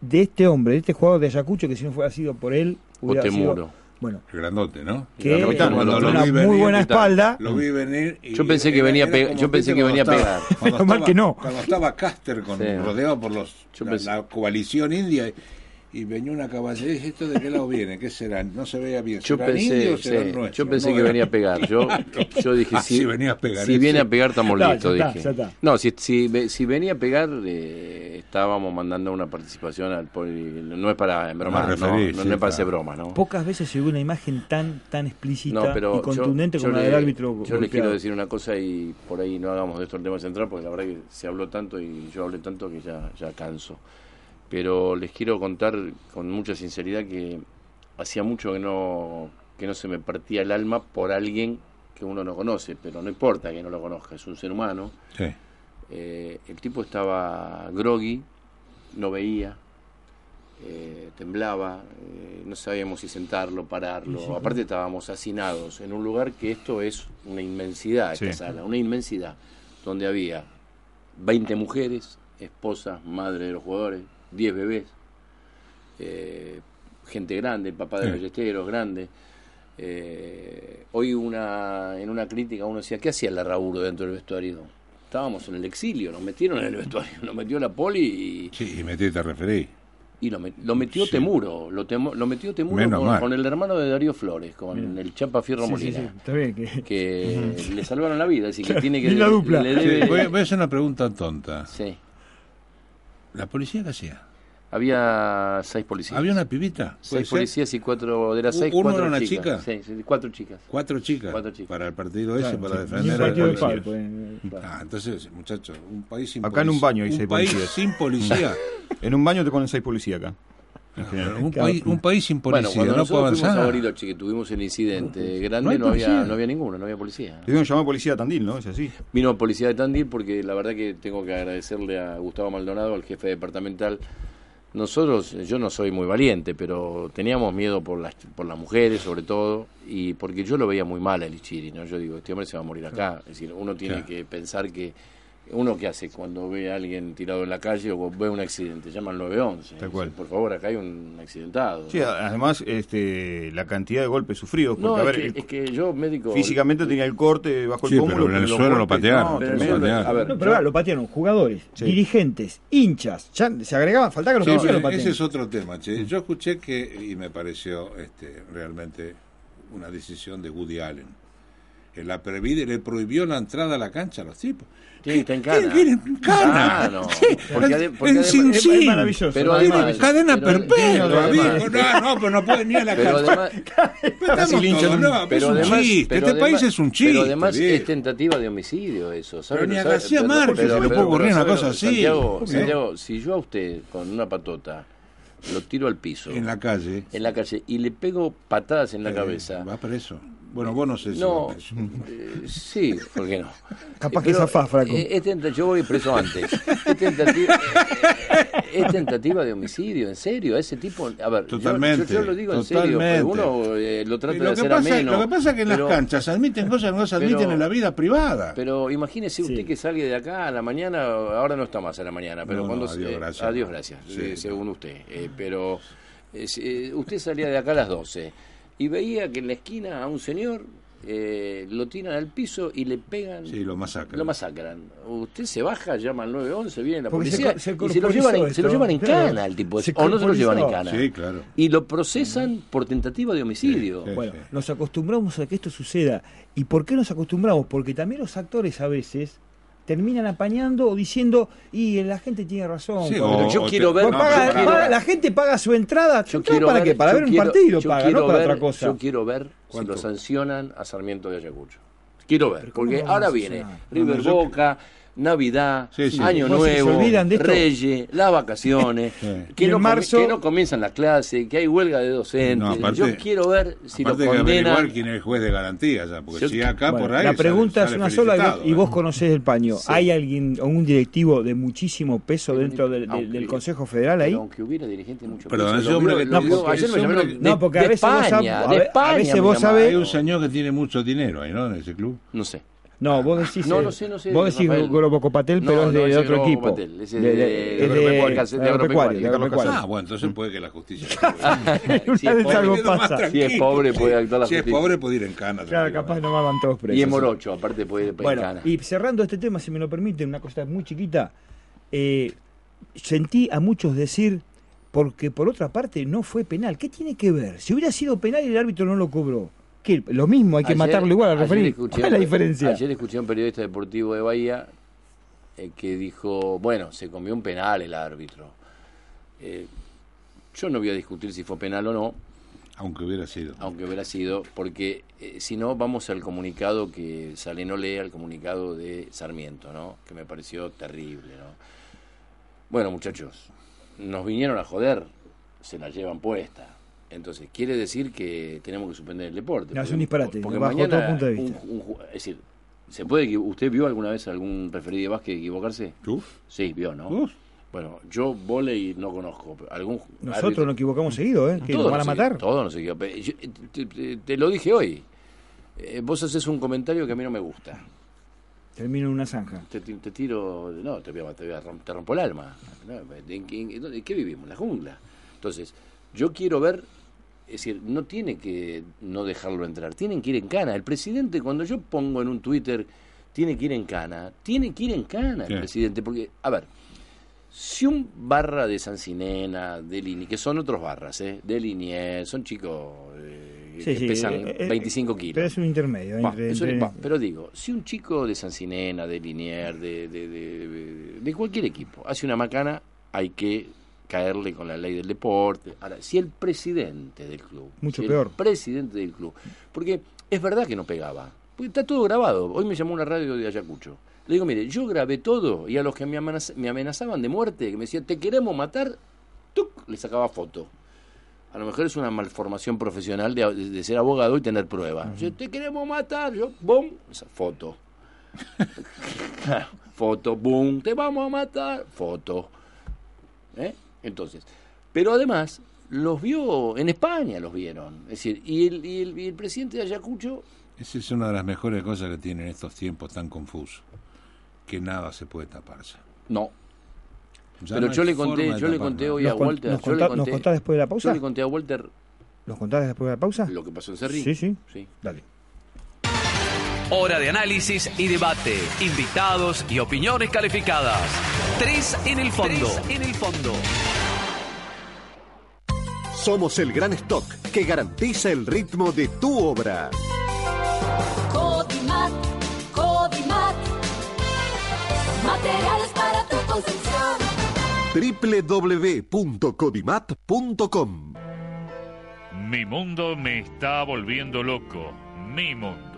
C: de este hombre, de este jugador de Ayacucho, que si no fuera sido por él, hubiera sido...
E: Otemuro.
C: Bueno,
B: El grandote, ¿no?
C: que
E: El
C: tiene
E: capitán,
C: una
E: cuando lo
B: vi
C: muy
B: venir,
C: buena
E: capitán.
C: espalda.
B: Lo vi venir. y
E: Yo pensé que venía a pe-
B: como,
E: yo pensé
B: viste,
E: que venía a
B: cuando
E: pegar.
B: estaba-
C: Menos mal
B: estaba-
C: que no.
B: Cuando estaba Caster con,
E: Sí.
B: rodeado por los,
E: Yo
B: la,
E: pensé-
B: la coalición india. y- Y venía una caballería y dije, ¿esto de qué lado viene? ¿Qué será? No se veía bien.
E: Yo
B: ¿Serán
E: pensé,
B: indios o serán
E: sí,
B: nuestros?
E: yo pensé
B: No,
E: que
B: era-
E: venía a pegar. Yo, yo dije,
B: Ah,
E: si,
B: si venía a pegar,
E: si
B: eh,
E: viene
B: sí.
E: a pegar,
C: No,
E: estamos
C: ya
E: listos,
C: está,
E: dije.
C: ya está.
E: No, si, si, ve- si venía a pegar, eh, estábamos mandando una participación al poli. No es para bromar,
B: Me
E: no,
B: referí,
E: no,
B: sí,
E: no es para
B: está.
E: hacer broma, ¿no?
C: Pocas veces se ve una imagen tan tan explícita
E: No, pero
C: y contundente
E: yo-
C: como
E: yo
C: la del
E: le-
C: árbitro.
E: Yo
C: golpeado.
E: les quiero decir una cosa y por ahí no hagamos de esto el tema central, porque la verdad que se habló tanto y yo hablé tanto que ya, ya canso. Pero les quiero contar con mucha sinceridad que hacía mucho que no, que no se me partía el alma por alguien que uno no conoce, pero no importa que no lo conozca, es un ser humano.
B: Sí.
E: Eh, el tipo estaba groggy, no veía, eh, temblaba, eh, no sabíamos si sentarlo, pararlo. Aparte estábamos hacinados en un lugar que esto es una inmensidad, esta
D: Sí.
E: sala, una inmensidad, donde había 20 mujeres, esposas, madre de los jugadores, 10 bebés, eh, gente grande, el papá de
B: Sí.
E: ballesteros, grande. Eh, hoy una, en una crítica uno decía, ¿qué hacía la Raúl dentro del vestuario? estábamos en el exilio, nos metieron en el vestuario, nos metió la poli
B: Sí, y metí, te referí.
E: y, y lo, met- lo metió
B: Sí.
E: Temuro, lo, temo- lo metió Temuro
B: Menos
E: con,
B: mal.
E: con el hermano de Darío Flores, con el Chapa
C: Sí,
E: Fierro
C: sí,
E: Molina,
C: sí, está bien que-
E: que le salvaron la vida, así que tiene que...
C: Y la dupla.
E: le
B: Sí,
E: debe-
B: voy, voy a hacer una pregunta tonta.
E: sí.
B: ¿La policía qué hacía?
E: Había seis policías.
B: ¿Había una pibita? ¿Puede
E: Seis
B: ser?
E: policías y cuatro, de las
B: ¿U-
E: seis,
B: uno
E: cuatro
B: era una
E: chicas.
B: chica?
E: Sí, sí, cuatro chicas.
B: Cuatro chicas,
E: Cuatro chicas.
B: para el partido ese,
C: Claro,
B: para
C: sí.
B: defender
C: Ni un
B: a
C: partido de
B: los
C: palo,
B: policías.
C: pues.
B: Ah, entonces, muchachos, un país sin
D: Acá en un
B: policía-
D: baño hay seis
B: Un país
D: policías.
B: sin policía.
D: En un baño te ponen seis policías acá. en general.
B: un, país, un país sin
E: Bueno,
B: policía. no
E: cuando
B: puede
E: nosotros fuimos a
B: avanzar.
E: Bariloche, que tuvimos el incidente
B: No
E: grande,
B: hay
E: no, había,
B: policía.
E: no había ninguno, no había policía.
D: Debieron llamar policía a Tandil, ¿no? Es así.
E: Vino policía de Tandil porque la verdad que tengo que agradecerle a Gustavo Maldonado, al jefe departamental. Nosotros, yo no soy muy valiente, pero teníamos miedo por las, por las mujeres sobre todo, y porque yo lo veía muy mal al Ichiri, ¿no? Yo digo, este hombre se va a morir acá. Es decir, uno tiene
B: Claro.
E: que pensar que... Uno que hace cuando ve a alguien tirado en la calle o ve un accidente, llama al 911.
D: Tal cual.
E: Dice, Por favor, acá hay un accidentado.
D: Sí, a- además, este, la cantidad de golpes sufridos. Porque,
E: No,
D: a
E: es,
D: ver,
E: que,
D: el-
E: es que yo médico...
D: físicamente tenía el corte bajo
B: Sí,
D: el
B: pero
D: pómulo.
B: en el suelo lo patearon.
D: no,
E: Pero en el
D: tremendo.
E: suelo- a ver,
C: No,
E: yo-
C: pero ahora lo patearon jugadores,
D: Sí.
C: dirigentes, hinchas. Ya se agregaban, faltaba que los
B: Sí,
C: policías
B: pero
C: lo pateen.
B: ese es otro tema. che. Yo escuché que, y me pareció este, realmente una decisión de Woody Allen. Que la previde le prohibió la entrada a la cancha a los tipos.
E: Sí, está en
B: ¿Qué
E: cana.
B: quieren? En cana.
E: Ah, no.
B: Sí,
E: Porque ade-
B: en-
E: porque
B: en
E: además-
B: Sin
C: Es-
B: Sin.
C: es maravilloso.
E: Pero
C: ¿no?
B: Tienen
E: además-
B: cadena
E: pero- pero
B: perpetua,
E: además-
B: amigo. No, no, pero no pueden ni a la
E: Pero
B: cancha.
E: además,
B: Pero estamos
D: Casi linchan
B: todos,
D: un-
B: no,
E: pero
B: es un
E: además-
B: chiste.
E: pero
B: este
E: además-
B: país es un chiste.
E: Pero además este
B: viejo.
E: es tentativa de homicidio eso. ¿sabe?
B: Pero ni a
E: ¿Sabe?
B: García
E: Pero-
B: Márquez
E: pero-
B: se le
E: pero-
B: puede ocurrir
E: pero
B: una
E: ¿sabe?
B: cosa así.
E: Santiago,
B: ¿Cómo
E: Santiago, si yo a usted con una patota lo tiro al piso,
B: En la calle.
E: en la calle, y le pego patadas en la
B: eh,
E: cabeza...
B: Va preso. Bueno, vos no sé si
E: No,
B: va preso.
E: eh, sí, ¿por qué no?
C: Capaz que
E: Pero,
C: zafás, Franco.
E: eh, es tenta- yo voy preso antes. Es tentativa, eh, es tentativa de homicidio, en serio. a Ese tipo, a ver, yo-
B: Totalmente,
E: yo, yo lo digo en serio, pero
B: totalmente.
E: uno eh, lo trata
B: Eh,
E: de
B: Lo que,
E: hacer
B: pasa,
E: ameno.
B: lo que pasa es que en
E: pero-
B: las canchas admiten cosas que no se admiten
E: pero-
B: en la vida privada.
E: Pero imagínese usted que salga de acá a la mañana, ahora no está más a la mañana, pero
B: No,
E: cuando
B: no, adiós,
E: se-
B: gracias.
E: adiós, gracias,
B: Sí,
E: eh,
B: no.
E: según usted. Eh, pero eh, si- eh, usted salía de acá a las 12 y veía que en la esquina a un señor eh, lo tiran al piso y le pegan.
B: Sí, lo masacran.
E: Lo masacran. Usted se baja, llama al 911, viene la
C: Porque se
E: policía
C: co- se
E: y se lo
C: corporizó
E: llevan, en-
C: esto,
E: se lo llevan en
C: claro.
E: cana al tipo.
C: Se
E: o no se lo llevan en
C: corporizó.
E: cana.
B: Sí, claro.
E: Y lo procesan por tentativa de homicidio.
B: Sí, sí.
C: Bueno, nos acostumbramos a que esto suceda. ¿Y por qué nos acostumbramos? Porque también los actores a veces terminan apañando o diciendo, y la gente tiene razón.
B: Sí,
C: cuando-
E: o- yo quiero
B: te-
E: ver-
C: Vos
E: no,
C: paga-
E: yo quiero-
C: paga- la gente paga su entrada
E: Yo
C: ¿sabes
E: quiero
C: para
E: ver,
C: qué? Para
E: yo
C: ver un
E: quiero-
C: partido,
E: yo
C: paga,
E: quiero
C: no para
E: ver-
C: otra cosa.
E: Yo quiero ver si
B: ¿Cuánto?
E: lo sancionan a Sarmiento de Ayacucho. Quiero ver,
C: cómo
E: porque
C: lo van a
E: ahora viene
C: sancionar?
E: River
B: yo-
E: Boca, Navidad,
B: Sí, sí.
E: Año
C: Vos se- se
E: Nuevo,
C: olvidan de esto.
E: Reyes, las vacaciones,
B: Sí.
C: Y
E: que,
C: en
E: no comi-
C: marzo-
E: que no comienzan las clases, que hay huelga de docentes.
B: No, aparte-
E: yo quiero ver si lo
B: Aparte hay que
E: condenan.
B: averiguar quién es el juez de garantía, ya, porque
E: Yo-
B: si acá
C: Bueno,
B: por ahí.
C: la
B: sale-
C: pregunta
B: sale
C: es una sola y vos-
B: felicitado,
C: y
B: ¿eh?
C: vos conocés el paño.
E: Sí.
C: ¿Hay alguien o un directivo de muchísimo peso dentro del, del-
E: Aunque-
C: del Consejo Federal ahí?
E: pero aunque hubiera dirigente mucho
B: Perdón,
E: peso,
B: ese
E: lo
B: hombre
E: vio-
B: que-
E: lo
B: no,
E: vio-
B: porque
E: ayer me
B: ese hombre
E: llamaron
B: que-
E: de-
C: No, porque a
E: de
C: veces vos sab-
E: España,
C: a
E: de
C: ve- a
E: España
C: veces
E: me
C: vos
E: llamaron.
C: sabés-
B: Ah, Hay un señor que tiene mucho dinero ahí, ¿no? En ese club.
E: No sé.
C: No, vos decís.
E: No, no
C: eh,
E: sé, no sé,
C: Vos decís
E: Rafael.
C: Globo Copatel,
E: No,
C: pero es
E: no,
C: de
E: ese
C: otro
E: Globo
C: equipo.
E: Copatel, ese
C: De- de-
E: de- de
C: es de-
E: Agropecuario,
C: de
E: de Agropecuario.
C: de Agropecuario.
B: Ah, bueno, entonces puede que la justicia.
E: Si es
C: vez
E: pobre-
C: algo
B: Me quedo más
C: pasa.
E: Si es
B: tranquilo.
E: pobre, puede actuar la
B: Si es
E: justicia.
B: pobre, puede ir en cana.
C: Claro,
B: tranquilo. ¿eh?
C: capaz no van todos presos.
E: Y es morocho, aparte puede ir para
C: Bueno,
E: Cana.
C: y cerrando este tema, si me lo permiten, una cosa muy chiquita. eh, sentí a muchos decir, porque por otra parte no fue penal. ¿Qué tiene que ver? Si hubiera sido penal y el árbitro no lo cobró. ¿Qué? Lo mismo, hay que
E: Ayer-
C: matarlo igual al
E: ayer
C: referir.
E: escuché
C: ¿Cuál es
E: un-
C: la diferencia?
E: Ayer escuché a un periodista deportivo de Bahía eh, que dijo, bueno, se comió un penal el árbitro. Eh, yo no voy a discutir si fue penal o no,
B: Aunque hubiera sido.
E: aunque hubiera sido, porque eh, si no, vamos al comunicado que sale no lee, al comunicado de Sarmiento, ¿no? Que me pareció terrible, ¿no? Bueno, muchachos, nos vinieron a joder, se la llevan puesta. Entonces, quiere decir que tenemos que suspender el deporte.
C: No, es
E: porque-
C: un disparate,
E: Porque
C: bajo
E: mañana,
C: todo punto de vista.
E: un- un ju- es decir, ¿se puede equivo- ¿usted vio alguna vez algún referido de básquet equivocarse?
B: Uf,
E: Sí, vio, ¿no?
B: uf.
E: Bueno, yo volei no conozco. pero Algún ju-
C: Nosotros
E: árbitro-
C: nos equivocamos seguido, ¿eh? Que
E: todo
C: nos van a
E: no se-
C: matar.
E: todo no se equivoca. Yo- te, te- te lo dije hoy. Eh, vos haces un comentario que a mí no me gusta.
C: Termino en una zanja.
E: Te, te- te tiro. No, te, voy a- te, voy a rom- te rompo el alma. No, ¿en qué- en dónde- qué vivimos? En la jungla. Entonces, yo quiero ver. Es decir, no tiene que no dejarlo entrar. Tienen que ir en cana. El presidente, cuando yo pongo en un Twitter tiene que ir en cana, tiene que ir en cana
B: Sí.
E: el presidente, porque, a ver, si un barra de Sancinena, de Lini, que son otros barras, ¿eh? de Liniers, son chicos eh, que pesan
C: eh, eh,
E: 25 kilos.
C: Pero es un intermedio.
E: Va,
C: entre-
E: eso le-
C: entre-
E: va, pero digo, si un chico de Sancinena, de Liniers, de, de, de- de- de cualquier equipo hace una macana, hay que caerle con la ley del deporte. Ahora, si el presidente del club,
C: Mucho
E: si
C: peor.
E: el presidente del club, porque es verdad que no pegaba, porque está todo grabado. Hoy me llamó una radio de Ayacucho. Le digo, mire, yo grabé todo y a los que me, amenaz- me amenazaban de muerte, que me decían, te queremos matar, ¡tuc! le sacaba foto. A lo mejor es una malformación profesional de, de ser abogado y tener pruebas. Yo, te queremos matar, yo, boom, esa foto. Claro, foto, boom, te vamos a matar, foto. ¿Eh? Entonces, pero además, los vio, en España los vieron. Es decir, y el, y el, y el presidente de Ayacucho,
B: Esa es una de las mejores cosas que tienen estos tiempos tan confusos, que nada se puede taparse.
E: no.
B: Ya
E: pero
B: no
E: yo
B: hay
E: le
B: forma
E: conté,
B: de
E: yo le
B: tapar
E: conté
B: nada.
E: hoy
C: Nos
E: a
C: cont-
E: Walter,
C: nos
E: yo
C: contá-
E: le
C: nos
E: conté,
C: contás después de la pausa?
E: yo le conté a Walter
C: ¿Los contás después de la pausa?
E: lo que pasó en Cerrín.
C: Sí, sí.
E: sí.
C: Dale.
H: Hora de análisis y debate. Invitados y opiniones calificadas. Tres en el fondo. en el fondo.
F: Somos el gran stock que garantiza el ritmo de tu obra.
G: Codimat, Codimat. Materiales para tu construcción.
F: www.codimat.com
I: Mi mundo me está volviendo loco. Mi mundo.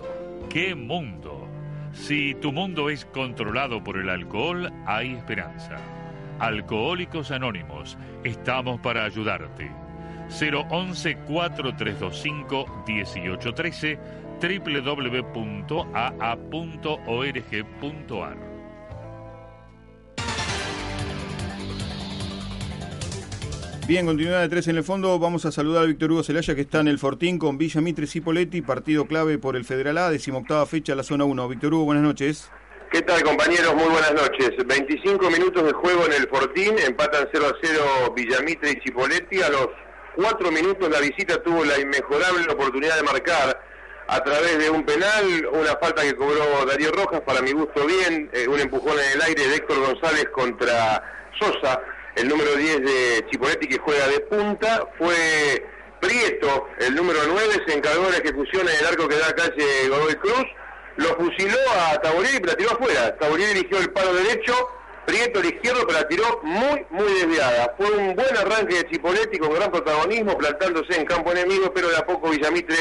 I: ¿Qué mundo? Si tu mundo es controlado por el alcohol, hay esperanza. Alcohólicos Anónimos, estamos para ayudarte. 011-4325-1813, www.aa.org.ar.
D: Bien, continuidad de tres en el fondo. Vamos a saludar a Víctor Hugo Celaya, que está en el Fortín con Villa Mitre Cipoletti, partido clave por el Federal A, decimoctava fecha, la zona 1. Víctor Hugo, buenas noches.
J: ¿Qué tal compañeros? Muy buenas noches. 25 minutos de juego en el Fortín, empatan 0 a 0 Villamitre y Chipoletti. A los 4 minutos la visita tuvo la inmejorable oportunidad de marcar a través de un penal, una falta que cobró Darío Rojas, para mi gusto bien, eh, un empujón en el aire de Héctor González contra Sosa, el número 10 de Chipoletti que juega de punta, fue Prieto, el número 9, se encargó de la ejecución en el arco que da calle Godoy Cruz, lo fusiló a Taborieri, pero la tiró afuera. Taborieri eligió el palo derecho, Prieto el izquierdo, pero la tiró muy, muy desviada. Fue un buen arranque de Chipoletti con gran protagonismo, plantándose en campo enemigo, pero de a poco Villamitre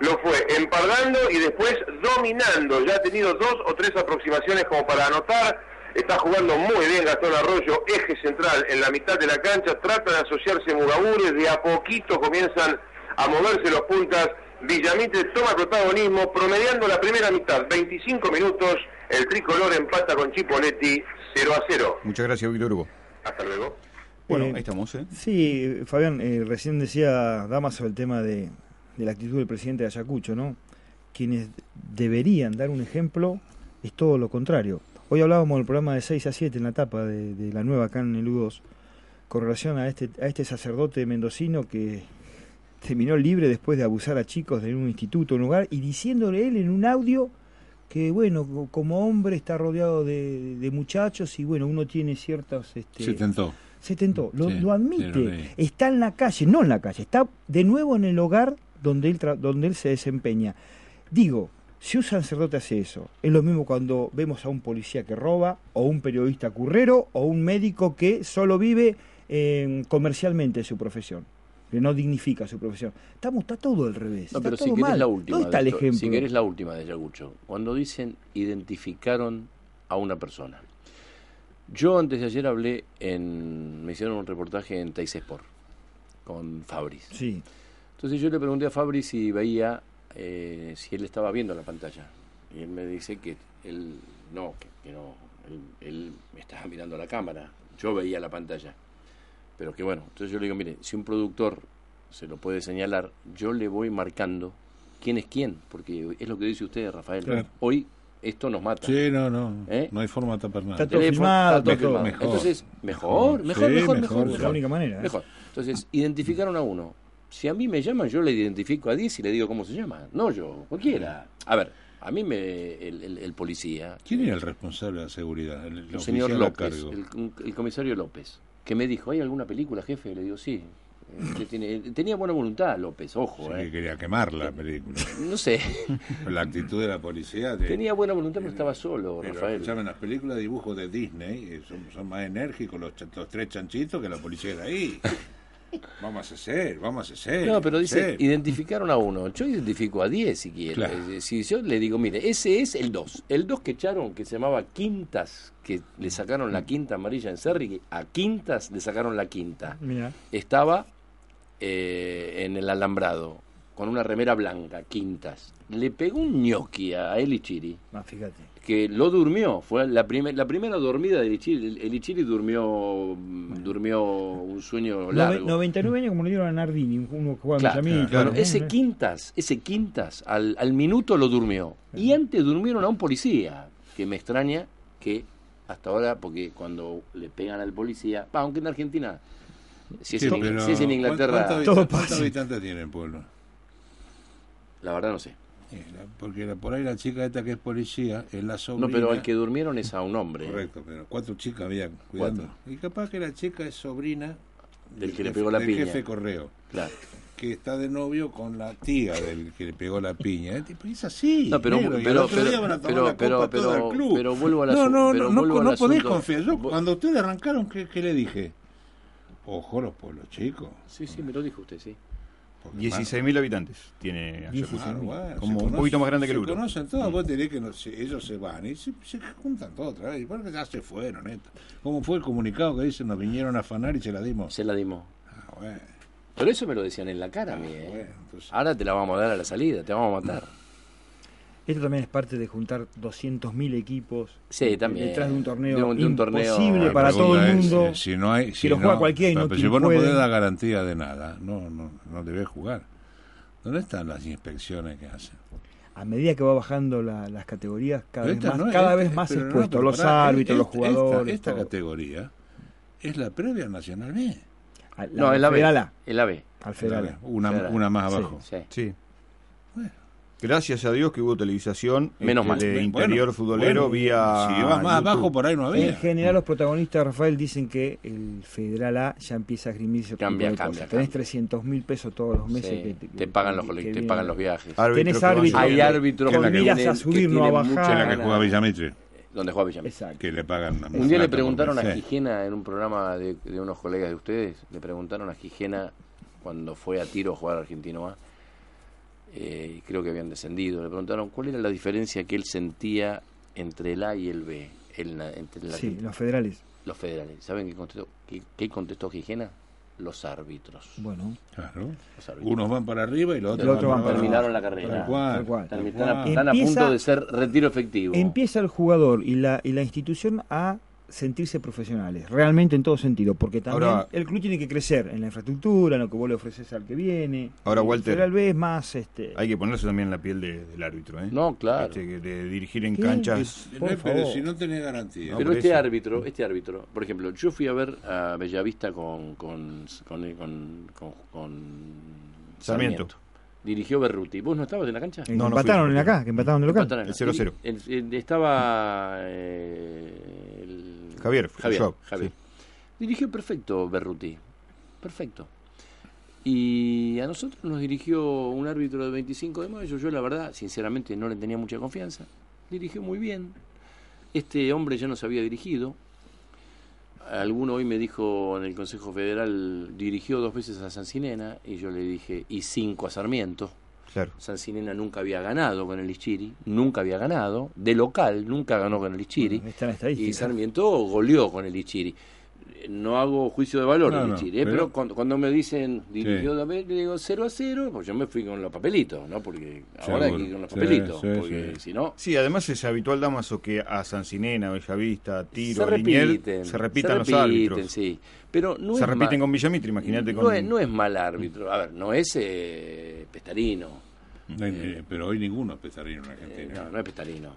J: lo fue empardando y después dominando. Ya ha tenido dos o tres aproximaciones como para anotar. Está jugando muy bien Gastón Arroyo, eje central en la mitad de la cancha. Trata de asociarse Mugabure, de a poquito comienzan a moverse los puntas. Villamitre toma protagonismo, promediando la primera mitad, 25 minutos. El tricolor empata con Chipoletti 0 a 0.
D: Muchas gracias, Víctor Hugo.
J: Hasta luego.
D: Bueno,
C: Eh,
D: ahí estamos, ¿eh?
C: Sí, Fabián, eh, recién decía Damaso el tema de, de la actitud del presidente de Ayacucho, ¿no? Quienes deberían dar un ejemplo es todo lo contrario. Hoy hablábamos del programa de 6 a 7 en la tapa de, de la nueva acá en el U2, con relación a este, a este sacerdote mendocino que terminó libre después de abusar a chicos de un instituto, un lugar, y diciéndole él en un audio que, bueno, co- como hombre está rodeado de, de muchachos y, bueno, uno tiene ciertas... Este,
B: Se tentó.
C: se tentó, lo,
B: Sí,
C: lo admite.
B: sí, lo leí.
C: está en la calle, no en la calle, está de nuevo en el hogar donde él, tra- donde él se desempeña. Digo, si un sacerdote hace eso, es lo mismo cuando vemos a un policía que roba, o un periodista currero, o un médico que solo vive eh, comercialmente su profesión, que no dignifica su profesión. Estamos, está todo al revés.
E: No,
C: está
E: pero si
C: todo
E: querés
C: mal.
E: la última.
C: ¿Dónde está el
E: de esto,
C: ejemplo?
E: Si querés la última de Yagucho. Cuando dicen identificaron a una persona. Yo antes de ayer hablé en. Me hicieron un reportaje en Teis Sport con Fabris.
C: Sí,
E: Entonces yo le pregunté a Fabri si veía, eh, si él estaba viendo la pantalla. Y él me dice que él no, que, que no, él, él estaba mirando la cámara. Yo veía la pantalla. Pero que bueno, entonces yo le digo, mire, si un productor se lo puede señalar, yo le voy marcando quién es quién, porque es lo que dice usted, Rafael.
B: Claro.
E: Hoy esto nos mata.
B: Sí, no, no.
E: ¿Eh?
B: No hay forma de tapar nada.
C: Está todo
E: Teléfono,
C: filmado,
E: está todo
C: todo.
E: filmado.
B: Mejor.
E: Entonces, mejor, mejor,
B: Sí,
E: mejor,
B: mejor,
E: mejor,
C: es la única manera. ¿eh?
E: Mejor. Entonces, identificaron a uno. Si a mí me llaman, yo le identifico a 10 y le digo cómo se llama. No yo, cualquiera. A ver, A mí me el, el- el policía,
B: ¿Quién era el responsable de la seguridad? El, el
E: el señor
B: oficial a
E: López,
B: cargo.
E: el, un- el comisario López, que me dijo, ¿hay alguna película, jefe? Le digo, sí. Usted tiene- tenía buena voluntad López, ojo.
B: Sí,
E: eh.
B: que quería quemar la película.
E: No sé.
B: La actitud de la policía. de-
E: Tenía buena voluntad, pero estaba solo,
B: Pero,
E: Rafael.
B: escuchame, las películas de dibujos de Disney eh, son, son más enérgicos los, ch- los tres chanchitos que la policía de ahí. vamos a hacer, vamos a hacer.
E: No, pero dice, identificaron a uno. Yo identifico a 10 si quiere.
B: Claro.
E: Es decir, Si yo le digo, mire, ese es el 2. El 2 que echaron, que se llamaba Quintas, que le sacaron la quinta amarilla en Cerri, que a Quintas le sacaron la quinta.
C: Mira.
E: Estaba eh, en el alambrado, con una remera blanca, Quintas. Le pegó un ñoqui a Eli Chiri,
C: Ah, fíjate.
E: que lo durmió. Fue la, primer- la primera dormida de Eli Chiri. Eli Chiri durmió, durmió un sueño
C: Nove-
E: largo.
C: 99 años como le dieron a Nardini, uno que jugaba
E: Claro,
C: en Miami.
E: claro. Ese Quintas, ese Quintas al, al minuto lo durmió. Y antes durmieron a un policía, que me extraña que hasta ahora, porque cuando le pegan al policía, pa, aunque en Argentina, si es,
B: Sí,
E: en, Ing-
B: pero
E: si es en Inglaterra,
B: ¿Cuántos habitantes, cuántos habitantes tiene el pueblo?
E: la verdad no sé.
B: Eh, la- Porque la- por ahí la chica esta que es policía es la sobrina.
E: No, pero al que durmieron es a un hombre.
B: Correcto, pero cuatro chicas habían cuidando. Y capaz que la chica es sobrina
E: Del que
B: jefe-
E: le pegó la
B: del
E: piña.
B: jefe de correo.
E: Claro.
B: Que está de novio con la tía del que le pegó la piña. Eh, tipo, Es así.
E: No, pero-
B: negro, y al
E: pero-
B: otro
E: pero-
B: día van a tomar
E: pero-
B: la copa
E: pero-
B: toda
E: pero-
B: al club.
E: pero vuelvo al
B: no,
E: asu-
B: no,
E: pero
B: no,
E: vuelvo
B: no
E: al
B: podés
E: asunto.
B: confiar. Yo, cuando ustedes arrancaron, ¿qué, qué le dije? Ojo los pueblos chicos.
E: Sí, sí, me lo dijo usted, sí.
D: 16.000 habitantes tiene Ayacucho.
B: Claro, bueno,
D: como
B: se
D: un poquito
B: conocen-
D: más grande que el
B: Se
D: Luro.
B: conocen todos, vos tenés que no sé, ellos se van y se, se juntan todos otra vez. ¿Y por qué ya se fueron esto? ¿Cómo fue el comunicado que dicen nos vinieron a afanar y se la dimos?
E: Se la dimos.
B: Ah, bueno,
E: Pero eso me lo decían en la cara a mí, ¿eh?
B: Ah, bueno, entonces,
C: Ah,
E: Ahora te la vamos a dar a la salida, te vamos a matar.
C: Esto también es parte de juntar 200.000 equipos
E: Sí, también.
C: detrás de un torneo
E: De un- de un torneo.
C: imposible
E: La
C: para
B: la
C: todo el
B: pregunta es,
C: mundo.
B: eh, Si no hay,
C: que
B: si
C: lo
B: no-
C: juega cualquiera y no
B: pero
C: quien
B: si vos no
C: puede.
B: podés dar garantía de nada, no, no, no debes jugar. ¿Dónde están las inspecciones que hacen?
C: A medida que va bajando la- las categorías, cada
B: Pero
C: vez
B: esta
C: más,
B: no,
C: cada
B: esta-
C: vez más
B: pero no,
C: expuestos
B: pero
C: los
B: pará,
C: árbitros, los
B: esta- esta-
C: jugadores.
B: Esta,
C: todo.
B: categoría es la previa al Nacional B.
C: Al-
E: No,
C: al
E: el la
C: Federal
E: B.
C: A,
E: El la B.
C: al Federal A.
B: Una,
E: Federal.
B: una más
E: Sí,
B: abajo.
E: sí.
D: Sí.
B: Bueno.
D: Gracias a Dios que hubo televisación este,
E: Menos mal.
D: de
B: Bueno,
D: Eh, interior futbolero
B: bueno,
D: vía.
B: Si vas más
D: YouTube.
B: abajo, por ahí no
C: En
B: había.
C: general, los protagonistas, Rafael, dicen que el Federal A ya empieza a esgrimirse. otro
E: Cambia,
C: tipo de
E: cambia,
C: cosas. Tenés 300 mil pesos todos los meses.
E: Sí,
C: que
E: te pagan los,
C: que
E: cole- te
C: vienen.
E: pagan los viajes.
D: Árbitros
C: Tenés
D: que van
C: árbitros
D: llegando.
E: Hay árbitros
C: Que
E: que
C: miras a
E: tienen- que
C: subir, no a
E: tienen mucha
C: bajar.
B: Que es la que
E: gana.
B: juega Villamitre,
E: Donde juega Villamil.
C: Exacto.
B: que le pagan. una
E: eh, Un día le
B: plata por
E: preguntaron a
B: mes.
E: Gijena en un programa de, de unos colegas de ustedes, le preguntaron a Gijena cuando fue a tiro a jugar a Argentino A, eh, y creo que habían descendido, le preguntaron cuál era la diferencia que él sentía entre el A y el B, el na- entre la-
C: Sí, los federales.
E: los federales. ¿Saben qué contestó, qué, qué contestó Gijena? Los árbitros.
C: Bueno,
B: Claro.
E: Los árbitros.
B: Unos van para arriba y los otros
C: Los otros van para
E: Terminaron la
B: Tal
E: carrera.
B: cual.
C: tal cual.
E: Están, están a,
B: cual.
E: están a
C: Empieza-
E: punto de ser retiro efectivo.
C: Empieza el jugador y la, y la institución a sentirse profesionales, realmente en todo sentido, porque también
D: Ahora-
C: el club tiene que crecer en la infraestructura, en lo que vos le ofreces al que viene.
D: Ahora,
C: El
D: Walter,
C: Federal B es más... Este,
D: Hay que ponerse también en la piel de- del árbitro, ¿eh?
E: No, claro.
D: Este, que de dirigir en
C: ¿Qué?
D: canchas.
B: Eh, No,
C: Por
B: pero
C: favor.
B: si no tenés garantía.
D: No,
E: Pero
D: por
E: este
D: eso.
E: árbitro, este árbitro, por ejemplo, yo fui a ver a Bellavista con con con, con, con- con
D: Sarmiento.
E: Dirigió Berruti. ¿Vos no estabas en la cancha?
C: que
D: No, no
C: empataron
D: fui.
C: en acá, que empataron de local.
E: Empataron.
D: El 0-0.
E: El- el- Estaba eh, el-
D: Javier,
E: Javier.
D: Joao,
E: Javier.
D: sí.
E: Dirigió perfecto Berruti. Perfecto. Y a nosotros nos dirigió un árbitro de 25 de mayo. Yo, la verdad, sinceramente, no le tenía mucha confianza. Dirigió muy bien. Este hombre ya nos había dirigido. Alguno hoy me dijo en el Consejo Federal, dirigió dos veces a Sancinena. Y yo le dije, y cinco a Sarmiento.
D: Claro.
E: Sancinena nunca había ganado con el Ischiri. Nunca había ganado. De local, nunca ganó con el Ischiri.
C: Ahí Ah, Está la
E: Y
C: estadística.
E: Sarmiento goleó con el Ichiri. Eh, No hago juicio de valor
B: No,
E: del
B: no,
E: Ichiri, eh, pero,
B: pero-
E: cuando, cuando me dicen dirigió de Abel, le digo 0 a 0, pues yo me fui con los papelitos, ¿no? Porque ahora hay que ir con los
B: Sí,
E: papelitos,
B: sí,
E: porque
B: sí.
E: si no.
D: Sí, además es habitual, Damaso, que a Sancinena, Bellavista, Tiro,
E: se
D: Liniers,
E: repiten,
D: se repitan los
E: repiten,
D: árbitros.
E: sí. Pero no
D: se
E: es
D: repiten
E: ma-
D: con Villamitre, imagínate.
E: no,
D: con...
E: es, no es mal árbitro. A ver, no es eh, Pestarino.
B: No hay- eh, pero hoy ninguno es pesarino en
E: Eh,
B: Argentina.
E: no, no es Pestarino. Eh,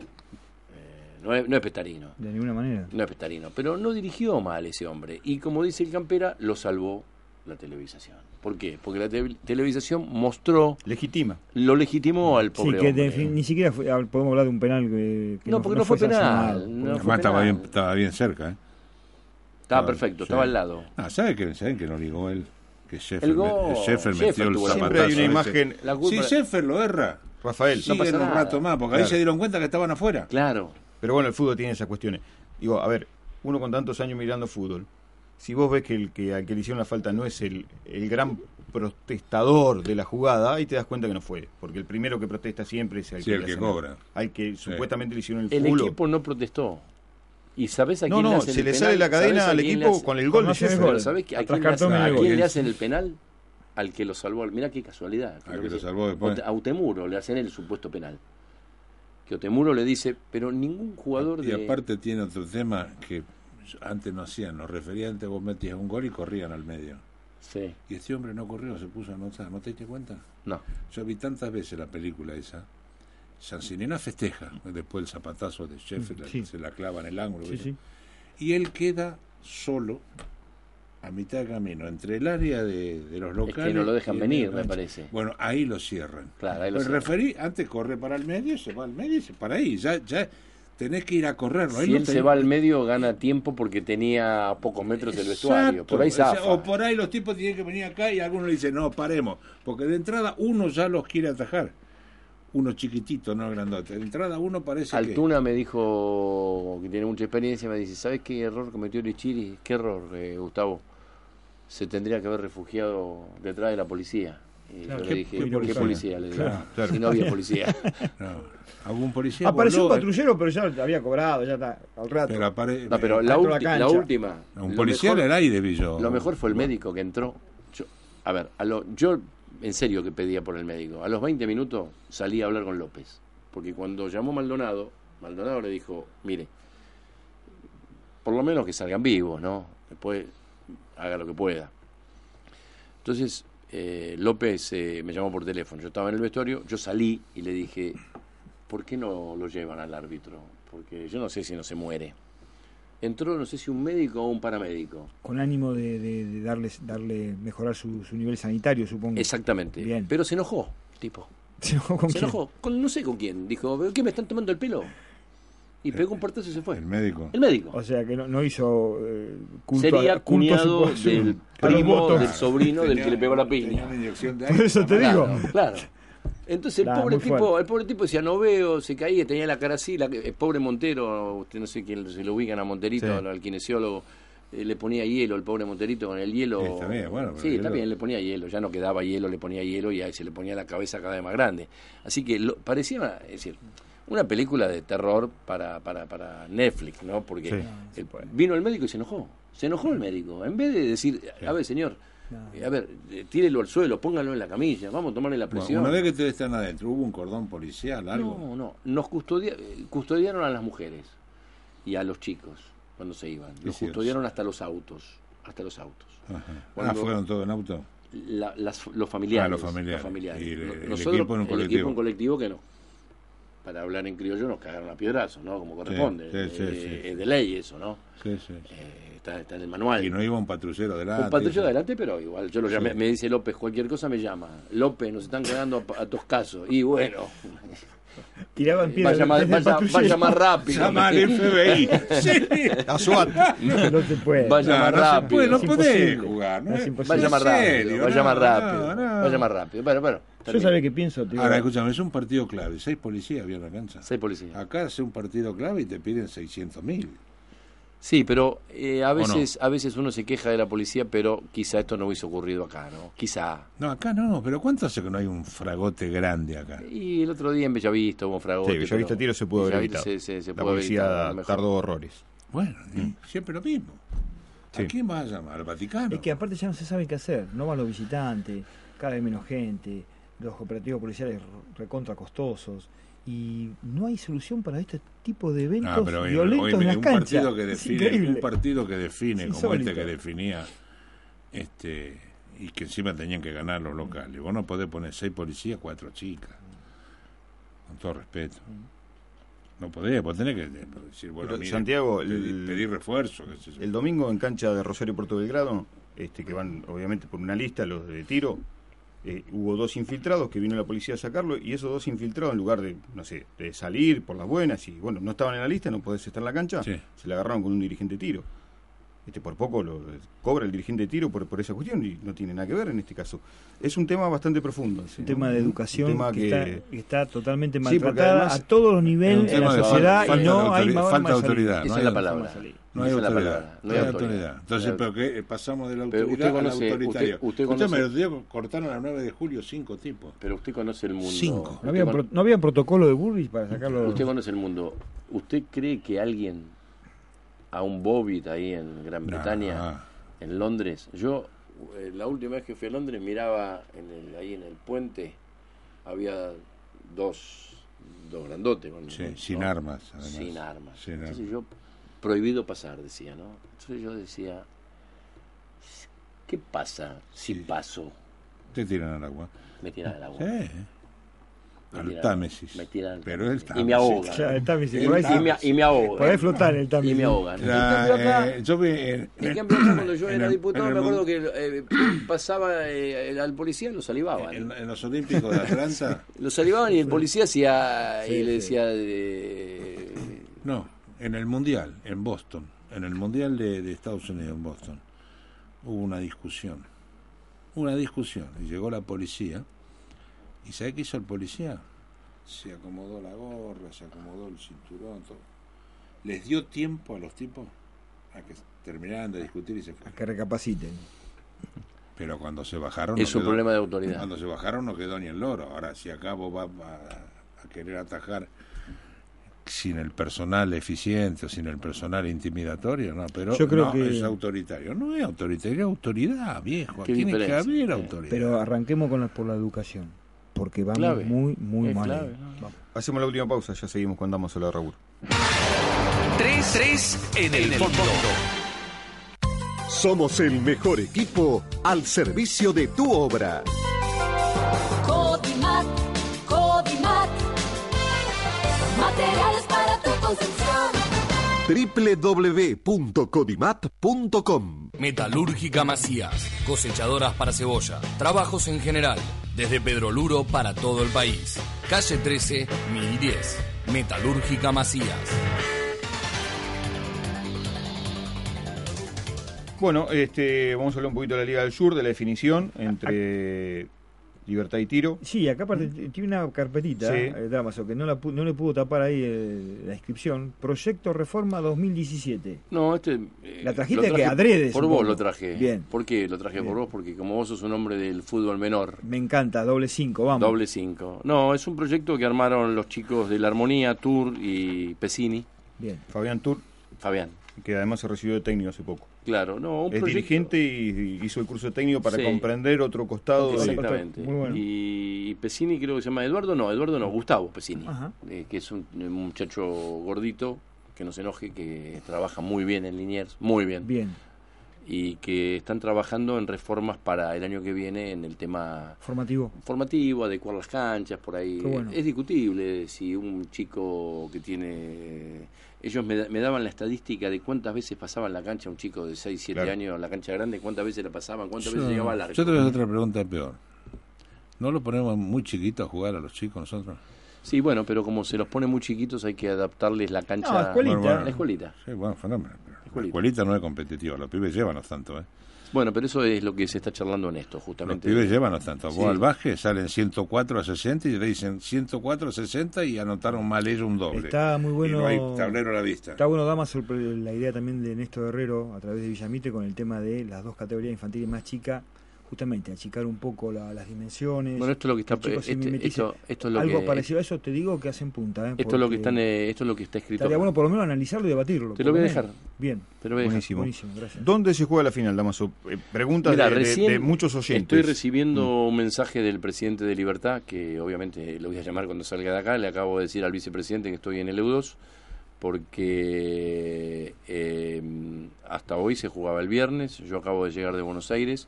E: no, es, no es Pestarino.
C: De ninguna manera.
E: No es Pestarino, pero no dirigió mal ese hombre. Y como dice el Campera, lo salvó la televisación. ¿Por qué? Porque la te- televisación mostró...
D: Legitima.
E: Lo legitimó al
C: Sí,
E: pobre
C: que
E: hombre.
C: de- ni siquiera fue- ah, podemos hablar de un penal que, que
E: No, porque no fue penal,
C: sancionado.
E: no
B: Además,
E: fue
B: estaba,
E: penal.
B: bien, estaba bien cerca. ¿eh?
E: Estaba perfecto, estaba al lado.
B: No, ¿sabe que, ¿Saben que lo ligó él? Que Sheffer,
E: El gol.
B: me- Sheffer
E: Sheffer
B: metió el
E: tuvo la
B: zapatazo.
D: Siempre hay una
B: ese.
D: imagen- La culpa-
B: Si Sheffer lo erra,
D: Rafael.
B: siguen un rato más, porque ahí
D: Claro.
B: se dieron cuenta que estaban afuera.
E: Claro.
D: Pero bueno, el fútbol tiene esas cuestiones. Digo, a ver, uno con tantos años mirando fútbol, si vos ves que el que al que le hicieron la falta no es el, el gran protestador de la jugada, ahí te das cuenta que no fue. Porque el primero que protesta siempre es el
B: Sí,
D: que,
B: el
D: le
B: que
D: hacen-
B: cobra.
D: Al que supuestamente le hicieron el,
E: El
D: culo.
E: equipo no protestó. ¿Y sabes a
D: No,
E: quién le
D: no,
E: hacen
D: se
E: el
D: le
E: penal?
D: sale la
E: ¿Sabés
D: cadena
E: a
D: al
E: quién le
D: equipo
E: hacen-
D: con el gol de
C: Hacen el
D: Sheffer.
C: gol.
E: ¿Sabés a
C: Atrás
E: quién, le hacen,
C: cartón,
E: a
C: medio
E: quién
C: gol.
E: le hacen el penal? Al que lo salvó. Mirá qué casualidad.
B: Al que lo salvó después.
E: A Utemuro le hacen el supuesto penal. Que Utemuro le dice, pero ningún jugador
B: Y
E: de...
B: aparte tiene otro tema que antes no hacían, los referentes, vos metías un gol y corrían al medio.
E: Sí,
B: Y este hombre no corrió, se puso a anotar, ¿no te diste cuenta?
E: no.
B: Yo vi tantas veces la película esa. Sancinena festeja después del zapatazo de Sheffield, la-
C: Mm, Sí.
B: se la clava en el ángulo.
C: Sí,
B: ¿viste?
C: sí.
B: Y él queda solo a mitad de camino, entre el área de, de los
E: Es
B: locales.
E: que no lo dejan
B: y el de
E: venir,
B: la
E: me
B: cancha.
E: parece.
B: Bueno, ahí lo cierran.
E: Claro, ahí lo
B: Pues
E: cierran.
B: referí, antes corre para el medio, se va al medio y se para ahí. Ya, ya tenés que ir a correrlo. Ahí
E: Si
B: no
E: él
B: te-
E: se va al medio, gana tiempo porque tenía a pocos metros del vestuario.
B: Exacto.
E: Por ahí
B: O sea,
E: zafa.
B: O por ahí los tipos tienen que venir acá y algunos le dicen, no, paremos. Porque de entrada uno ya los quiere atajar. Uno chiquitito, no grandote. De entrada uno parece
E: Altuna me dijo que tiene mucha experiencia, me dice, ¿sabes qué error cometió Lichiri? ¿Qué error, eh, Gustavo? Se tendría que haber refugiado detrás de la policía. Y
C: Claro,
E: yo
C: ¿qué-
E: le dije,
C: qué
E: ¿por qué
C: policía?
E: policía? Le digo,
B: Claro, claro.
E: si no había policía.
B: que... no, algún policía...
C: Apareció un
E: eh.
B: voló, eh,
C: patrullero, pero ya lo había cobrado, ya está, al rato.
B: Pero apare-
E: No, pero
C: Dentro
E: la,
C: de la
E: ulti- la
C: cancha.
E: última.
B: Un
E: lo
B: policía
E: mejor-
B: en el aire vi yo.
E: Lo mejor fue el médico que entró. Yo- a ver, a lo- yo en serio que pedía por el médico. A los 20 minutos salí a hablar con López. Porque cuando llamó Maldonado, Maldonado le dijo, mire, por lo menos que salgan vivos, ¿no? Después haga lo que pueda. Entonces, eh, López eh, me llamó por teléfono. Yo estaba en el vestuario, yo salí y le dije, ¿por qué no lo llevan al árbitro? Porque yo no sé si no se muere. Entró, no sé si un médico o un paramédico.
C: Con ánimo de, de- de darles, darle, mejorar su, su nivel sanitario, supongo.
E: Exactamente.
C: Mm. Bien.
E: Pero se enojó, tipo.
C: ¿Se enojó con
E: se
C: quién?
E: enojó. Con, no sé con quién. Dijo, ¿qué me están tomando el pelo? Y pegó un portazo y se fue.
B: El médico.
E: El médico.
C: O sea, que no, no hizo eh, culto
E: Sería
C: a- culto a su-
E: cuñado
C: a su-
E: del
C: a los
E: primo,
C: votos.
E: del sobrino del que le pegó la
B: Tenía
E: piña.
B: una inyección de
C: Por
B: aire.
C: eso te digo.
E: Claro, claro. Entonces el
C: Nah,
E: pobre
C: muy
E: tipo,
C: fuerte.
E: el pobre tipo decía no veo, se caía, tenía la cara así, la, el pobre Montero, usted no sé quién se lo ubican a Monterito,
D: Sí.
E: al, al kinesiólogo, eh, le ponía hielo, el pobre Monterito con el hielo.
B: Sí, está bien, bueno, pero
E: sí,
B: el
E: está
B: hielo-
E: bien, le ponía hielo, ya no quedaba hielo, le ponía hielo y ahí se le ponía la cabeza cada vez más grande. Así que lo- parecía, una- es decir, una película de terror para, para, para Netflix, ¿no? Porque
D: Sí.
E: el- vino el médico y se enojó, se enojó el médico, en vez de decir, a ver señor, eh, a ver, eh, tírelo al suelo, póngalo en la camilla, vamos a tomarle la
B: Bueno,
E: presión.
B: una vez que ustedes están adentro, ¿hubo un cordón policial, algo?
E: No, no. Nos custodia- eh, custodiaron a las mujeres y a los chicos cuando se iban. Los
B: Hicieron.
E: custodiaron hasta los autos. Hasta los autos.
B: Ajá. Ah,
E: Cuando-
B: fueron todos en auto.
E: La- las- los familiares.
B: Ah, los familiares. Y el-
E: No-
B: el
E: Nosotros,
B: equipo en un
E: el
B: colectivo.
E: equipo en colectivo que no. Para hablar en criollo nos cagaron a piedrazos, ¿no? Como corresponde.
B: sí, sí,
E: Eh,
B: sí, sí.
E: Es de ley eso, ¿no?
B: Sí, sí. sí.
E: Eh, está, está en el manual.
B: Y no iba un patrullero adelante.
E: Un patrullero adelante, pero igual. Yo lo llamé, me dice López, cualquier cosa me llama. López, nos están cagando a, a tus casos. Y bueno,
C: Tiraban piedras
E: vaya, más-
C: desde el
E: vaya-
C: patrullero.
E: vaya más rápido.
B: Llama al FBI. Sí.
D: La SWAT.
C: No se puede.
E: Vaya
B: No,
E: más
B: no se
E: rápido.
B: puede, no
C: Es
B: podés
C: imposible.
B: jugar. ¿no?
C: Es
B: es-
C: imposible.
E: Vaya
B: ¿En
E: más rápido,
B: serio?
E: vaya más
B: No,
E: rápido.
B: no.
E: Vaya más rápido. Bueno, bueno.
C: Yo
E: termina.
C: sabía que pienso, tío.
B: Ahora, escúchame, es un partido clave. Seis policías había en la cancha.
E: Seis policías.
B: Acá hace un partido clave y te piden 600 mil.
E: Sí, pero eh, a
B: no?
E: veces a veces uno se queja de la policía, pero quizá esto no hubiese ocurrido acá, ¿no? Quizá.
B: No, acá no, pero ¿cuánto hace que no hay un fragote grande acá?
E: Y el otro día en Bellavista hubo un fragote.
D: Sí, Bellavista
E: pero
D: Tiro se pudo haber
E: Bellavista
D: evitado.
E: Se, se- se
D: la
E: pudo haber evitado, a
D: policía
E: lo mejor.
D: tardó horrores.
B: Bueno, siempre lo mismo. ¿A
D: Sí.
B: quién vas a llamar? ¿Al Vaticano?
C: Es que aparte ya no se sabe qué hacer. No van los visitantes, cada vez menos gente, los operativos policiales r- recontra costosos. Y no hay solución para este tipo de eventos
B: No, Ah, pero hoy-
C: violentos
B: hoy
C: en
B: me-
C: las
B: un
C: canchas.
B: partido que
C: Es
B: define,
C: increíble.
B: un partido que define
C: Es
B: como este
C: insólito.
B: que definía este y que encima tenían que ganar los locales. Vos no podés poner seis policías, cuatro chicas. Con todo respeto. No podés, vos tenés que de- decir, bueno,
D: Pero,
B: mire,
D: Santiago,
B: pedi-
D: el-
B: pedir refuerzo. qué sé yo.
D: El domingo en cancha de Rosario Puerto Belgrado, este, que van obviamente por una lista, los de tiro. Eh, hubo dos infiltrados que vino la policía a sacarlo y esos dos infiltrados en lugar de, no sé, de salir por las buenas y bueno, no estaban en la lista, no podés estar en la cancha,
B: Sí.
D: se le agarraron con un dirigente de tiro. Este, por poco lo cobra el dirigente de tiro por, por esa cuestión y no tiene nada que ver en este caso. Es un tema bastante profundo. ese,
C: un
D: ¿no?
C: tema de educación
D: Un tema
C: que,
D: que-
C: está, que está totalmente
D: Sí, porque
C: maltratada
D: además
C: a todos los
D: es un
C: niveles en
D: tema
C: la
D: de fal-
C: sociedad
D: falta
C: y
D: de
C: no hay
D: autoridad,
C: más
D: falta de
C: autoridad.
E: Esa es la palabra.
B: No hay
E: Esa es la
B: autoridad.
E: palabra,
B: No hay autoridad. Entonces,
E: Claro.
B: ¿pero qué? pasamos de la
E: Pero
B: autoridad
E: usted
B: al
E: conoce-
B: autoritario.
E: usted- usted
B: Escúchame,
E: conoce-
B: los días cortaron a 9 de julio cinco tipos.
E: Pero usted conoce el mundo.
B: Cinco.
E: Usted
C: No había,
E: con-
C: pro- no había protocolo de Burbis para sacarlo.
E: Usted conoce el mundo. ¿Usted cree que alguien, a un Bobbitt ahí en Gran Bretaña, en Londres, yo eh, la última vez que fui a Londres miraba en el- ahí en el puente, había dos, dos grandotes. con-
B: Sí,
E: ¿no?
B: sin armas, además.
E: Sin armas.
B: Sin
E: Entonces
B: armas.
E: yo, prohibido pasar, decía, ¿no? Entonces yo decía, ¿qué pasa si paso?
B: Te tiran al agua.
E: Me tiran al agua.
B: Sí.
E: Me
B: Al
E: tiran-
B: Támesis.
E: Me tiran.
B: Pero el
E: y
B: Támesis.
E: me ahogan.
C: Claro, el Támesis,
E: Y
C: por ahí sí.
E: me- y me ahogan.
C: Podés flotar en el Támesis.
E: Y me ahogan.
B: La,
E: En cambio acá-
B: eh, yo vi en,
E: en cambio, acá, cuando yo
B: en
E: era
B: el-
E: diputado,
B: en el
E: me acuerdo
B: mun-
E: que eh, pasaba eh, el- al policía lo salivaban.
B: en- en los Olímpicos de Atlanta.
E: Lo salivaban y el policía hacía.
B: Sí,
E: y le
B: sí.
E: decía. eh,
B: No, en el Mundial, en Boston, en el Mundial de, de Estados Unidos, en Boston, hubo una discusión. Una discusión. Y llegó la policía. ¿Y sabe qué hizo el policía? Se acomodó la gorra, se acomodó el cinturón, todo. Les dio tiempo a los tipos a que terminaran de discutir y se fueran.
C: Que recapaciten.
B: Pero cuando se bajaron...
E: Es un problema de autoridad.
B: Cuando se bajaron no quedó ni el loro. Ahora, si acá vos vas a, a querer atajar sin el personal eficiente o sin el personal intimidatorio, no, pero
C: Yo creo
B: no,
C: que-
B: es autoritario. No es autoritario, es autoridad, viejo.
E: Qué
B: Tiene que
E: diferencia,
B: haber
E: eh.
B: autoridad.
C: Pero arranquemos con la, por la educación. Porque vamos
E: Clave.
C: muy, muy
E: Es
C: mal.
E: clave,
C: ahí.
E: ¿no?
C: Vamos.
D: Hacemos la última pausa, ya seguimos con Damos a la Raúl.
H: 3, 3 en el fondo.
F: Somos el mejor equipo al servicio de tu obra.
G: Codimat, Codimat. Materiales para tu construcción.
F: www.codimat.com
A: Metalúrgica Macías, cosechadoras para cebolla, trabajos en general, desde Pedroluro para todo el país. Calle 13, 1010. Metalúrgica Macías.
D: Bueno, este, vamos a hablar un poquito de la Liga del Sur, de la definición entre Libertad y Tiro.
C: Sí, acá aparte t- tiene una carpetita,
D: Sí.
C: eh, Damaso, que no, la pu- no le pudo tapar ahí eh, la inscripción. Proyecto Reforma 2017.
E: No, este. eh,
C: La trajiste
E: lo traje
C: que adrede,
E: Por
C: supongo.
E: vos lo traje.
C: Bien.
E: ¿Por qué lo traje por vos? Porque como vos sos un hombre del fútbol menor,
C: Me encanta, doble 5, vamos.
E: doble cinco. No, es un proyecto que armaron los chicos de la Armonía, Tour y Pesini.
C: Bien.
D: Fabián Tur,
E: Fabián.
D: que además se recibió de técnico hace poco.
E: Claro, no, un
D: es
E: proyecto-
D: dirigente y, y hizo el curso de técnico para
E: Sí.
D: comprender otro costado. de-
E: Exactamente.
C: Muy bueno.
E: Y, y Pesini creo que se llama Eduardo, no, Eduardo no, Gustavo Pesini,
C: Ajá.
E: eh, que es un, un muchacho gordito, que no se enoje, que trabaja muy bien en Liniers, muy bien,
C: Bien.
E: y que están trabajando en reformas para el año que viene en el tema
C: Formativo.
E: formativo, adecuar las canchas, por ahí.
C: Qué bueno.
E: Es discutible si un chico que tiene... Ellos me, da- me daban la estadística de cuántas veces pasaban la cancha un chico de 6, 7
D: Claro.
E: años, la cancha grande, cuántas veces la pasaban, cuántas
B: yo,
E: veces llegaba al arco.
B: yo te voy a hacer otra pregunta peor. ¿No lo ponemos muy chiquito a jugar a los chicos nosotros?
E: Sí, bueno, pero como se los pone muy chiquitos hay que adaptarles la cancha.
C: No, escuelita.
B: Bueno, bueno.
E: La escuelita.
B: Sí, bueno, fenómeno. pero la
E: Escuelita.
B: escuelita no es competitiva, los pibes llevan los tanto, ¿eh?
E: Bueno, pero eso es lo que se está charlando en esto,
B: Los
E: justamente.
B: pibes llevan los tanto. Vos
E: Sí.
B: al baje salen 104 a 60 y te dicen 104 a 60 y anotaron mal ellos un doble.
C: Está muy bueno.
B: Y no hay tablero a la vista.
C: Está bueno, Dama, sobre la idea también de Néstor Herrero a través de Villamite con el tema de las dos categorías infantil y más chica, justamente achicar un poco la- las dimensiones.
E: Bueno, esto es lo que está.
C: Los chicos se
E: este-
C: mimeticen.
E: esto, esto es lo
C: Algo
E: que.
C: parecido a eso te digo que hacen punta. ¿eh?
E: Esto es lo
C: porque
E: que están, eh, esto es lo que está escrito.
C: Estaría bueno por lo menos analizarlo y debatirlo.
E: Te
C: por
E: lo voy a
C: menos.
E: dejar.
C: Bien,
E: Te lo voy a dejar.
D: Buenísimo.
C: buenísimo, gracias.
D: ¿Dónde se juega la final, Damaso? Eh, preguntas
E: Mira,
D: de, de-
E: recién
D: de muchos oyentes.
E: Estoy recibiendo
B: Mm.
E: un mensaje del presidente de Libertad, que obviamente lo voy a llamar cuando salga de acá. Le acabo de decir al vicepresidente que estoy en el EU2, porque eh, hasta hoy se jugaba el viernes. Yo acabo de llegar de Buenos Aires.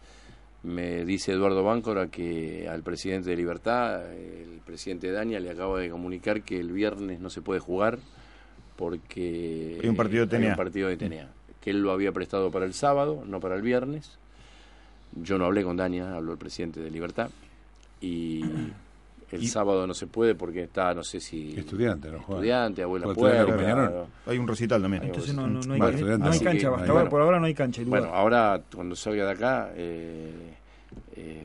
E: Me dice Eduardo Báncora que al presidente de Libertad, el presidente Dania, le acaba de comunicar que el viernes no se puede jugar porque
D: Hay un partido de
E: hay
D: TNA.
E: un partido de TNA, que él lo había prestado para el sábado, no para el viernes Yo no hablé con Dania, habló el presidente de Libertad. Y el sábado no se puede porque está, no sé si.
B: Estudiante, ¿no? Juega.
E: Estudiante, abuela
B: Puede tener
E: puerta.
B: que Peñarol.
D: Hay un recital también.
E: Entonces
C: no- no- no hay- no hay cancha, hasta ahora- por ahora no hay cancha, hay lugar.
E: Bueno, ah, ahora cuando salga de acá, eh, eh,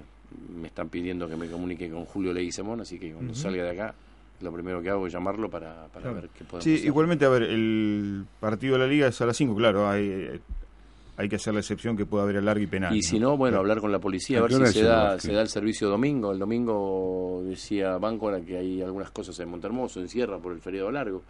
E: me están pidiendo que me comunique con Julio Leguizamón, así que cuando
D: Ujú.
E: salga de acá, lo primero que hago es llamarlo para, para
D: Claro.
E: ver qué podemos
D: Sí,
E: hacer.
D: igualmente, a ver, el partido de la liga es a las 5, claro, hay, hay que hacer la excepción que pueda haber alargue y penal.
E: Y si no, bueno, hablar con la policía, a
D: ¿A
E: ver
D: qué hora
E: si
D: es
E: se
D: el
E: da,
D: básquet?
E: se da el servicio domingo. El domingo decía Bancora que hay algunas cosas en Montermoso, en Sierra, por el feriado largo.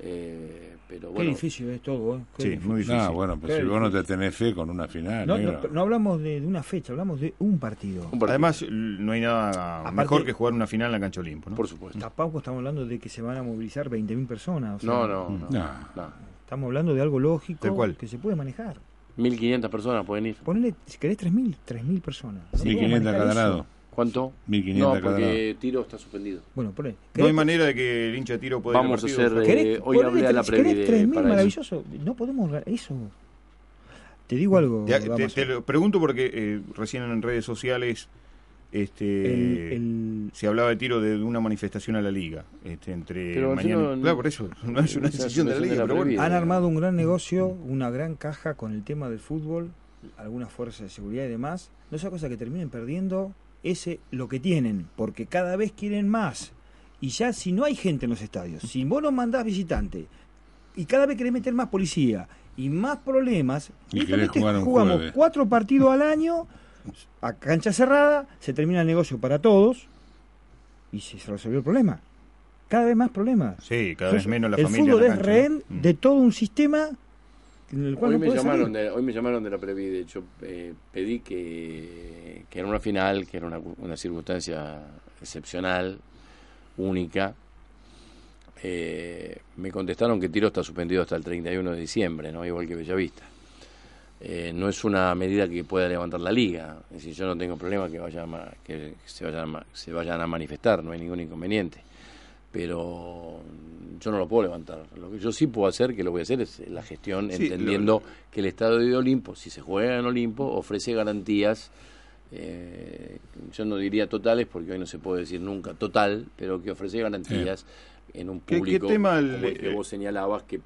E: Eh, pero
C: Qué
E: bueno,
C: difícil es todo, ¿eh? Qué
B: Sí,
C: difícil.
B: muy difícil. Ah, bueno, pues
C: Qué
B: si vos no te
C: difícil.
B: tenés fe con una final,
C: No,
B: negro.
C: no, no hablamos de, de una fecha, hablamos de un partido.
D: Además, l- no hay nada mejor que jugar una final en la cancha Olimpo, ¿no?
E: Por supuesto.
C: Tampoco estamos hablando de que se van a movilizar 20.000 personas. o sea,
E: No, no, no.
C: Estamos hablando de algo lógico
E: Tal cual.
C: que se puede manejar.
E: 1.500 personas pueden ir.
C: Ponele, si querés, 3.000, 3.000 personas. No podemos manejar eso.
E: ¿Cuánto?
B: 1500
E: No, porque tiro está suspendido.
C: Bueno, ponele.
D: No hay manera de que el hincha de tiro pueda
E: Vamos a
D: ir al partido.
E: hacer, eh, ¿Querés- hoy
C: Ponele
E: hablé a la
C: tres-
E: Previ
C: querés
E: de-
C: 3.000,
E: para eso.
C: maravilloso. No podemos ganar eso. Te digo algo.
D: Te, te-
C: Damaso.
D: te lo pregunto porque eh, recién en redes sociales este,
C: El- el-
D: se hablaba de tiro de, de una manifestación a la liga. Este, entre
E: Pero al
D: mañana.
E: final no-
D: claro, por eso. No es una
E: esa es
D: decisión de la
E: una
D: liga, pero bueno.
C: Han armado un gran negocio, una gran caja con el tema del fútbol, algunas fuerzas de seguridad y demás. No sea cosa que terminen perdiendo ese lo que tienen, porque cada vez quieren más. Y ya si no hay gente en los estadios, si vos no mandás visitantes y cada vez querés meter más policía y más problemas,
B: Y querés
C: directamente
B: jugar un
C: jugamos
B: jueves.
C: cuatro partidos al año a cancha cerrada, se termina el negocio para todos y se se resolvió el problema. Cada vez más problemas.
D: Sí, cada vez menos la
C: el
D: familia. en
C: fútbol
D: la
C: es
D: cancha, ¿no? Mm.
C: rehén de todo un sistema en el cual
E: Hoy
C: no
E: me,
C: puede
E: llamaron
C: salir.
E: de, hoy me llamaron de la Previ, de hecho eh, pedí que, que era una final, que era una, una circunstancia excepcional, única. Eh, me contestaron que Tiro está suspendido hasta el 31 de diciembre, ¿no? igual que Bellavista. Eh, no es una medida que pueda levantar la liga, es decir, yo no tengo problema que, vaya a ma- que se, vayan a, ma- se vayan a manifestar, no hay ningún inconveniente. Pero yo no lo puedo levantar. Lo que yo sí puedo hacer, que lo voy a hacer, es la gestión,
D: Sí,
E: entendiendo que el Estado de Olimpo, si se juega en Olimpo, ofrece garantías, eh, yo no diría totales, porque hoy no se puede decir nunca total, pero que ofrece garantías en un
D: ¿Qué- qué
E: público
D: tema el-
E: como el que vos señalabas, que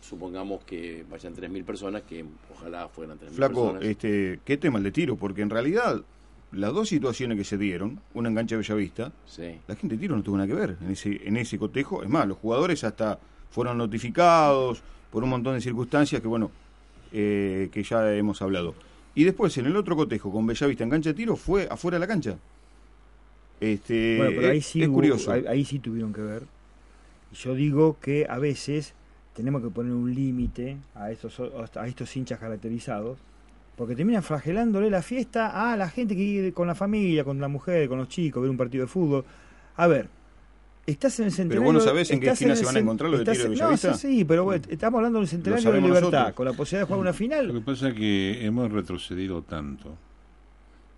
E: supongamos que vayan 3.000 personas, que ojalá fueran 3.000
D: Flaco,
E: personas.
D: este, ¿qué tema el de tiro? Porque en realidad, las dos situaciones que se dieron, una en cancha de Bellavista,
E: Sí.
D: la gente de tiro no tuvo nada que ver en ese, en ese cotejo. Es más, los jugadores hasta fueron notificados por un montón de circunstancias que, bueno, eh, que ya hemos hablado. Y después, en el otro cotejo, con Bellavista en cancha de tiro, fue afuera de la cancha. Este,
C: Bueno, pero ahí
D: es-
C: sí,
D: es
C: hubo-
D: curioso.
C: ahí, ahí sí tuvieron que ver. Y yo digo que a veces tenemos que poner un límite a estos, a estos hinchas caracterizados, porque terminan flagelándole la fiesta a la gente que vive con la familia, con la mujer, con los chicos, ver un partido de fútbol. A ver, estás en el centenario...
D: vos no sabés en qué
C: estás
D: esquina
C: el
D: se van a
C: cen-
D: encontrar los de
C: estás-
D: tiro de
C: no,
D: Bellavista. Mm.
C: sí, sí, pero bueno, estamos hablando del centenario de
D: sabemos
C: libertad,
D: nosotros. Mm.
C: con la posibilidad de jugar una final.
B: Lo que pasa es que hemos retrocedido tanto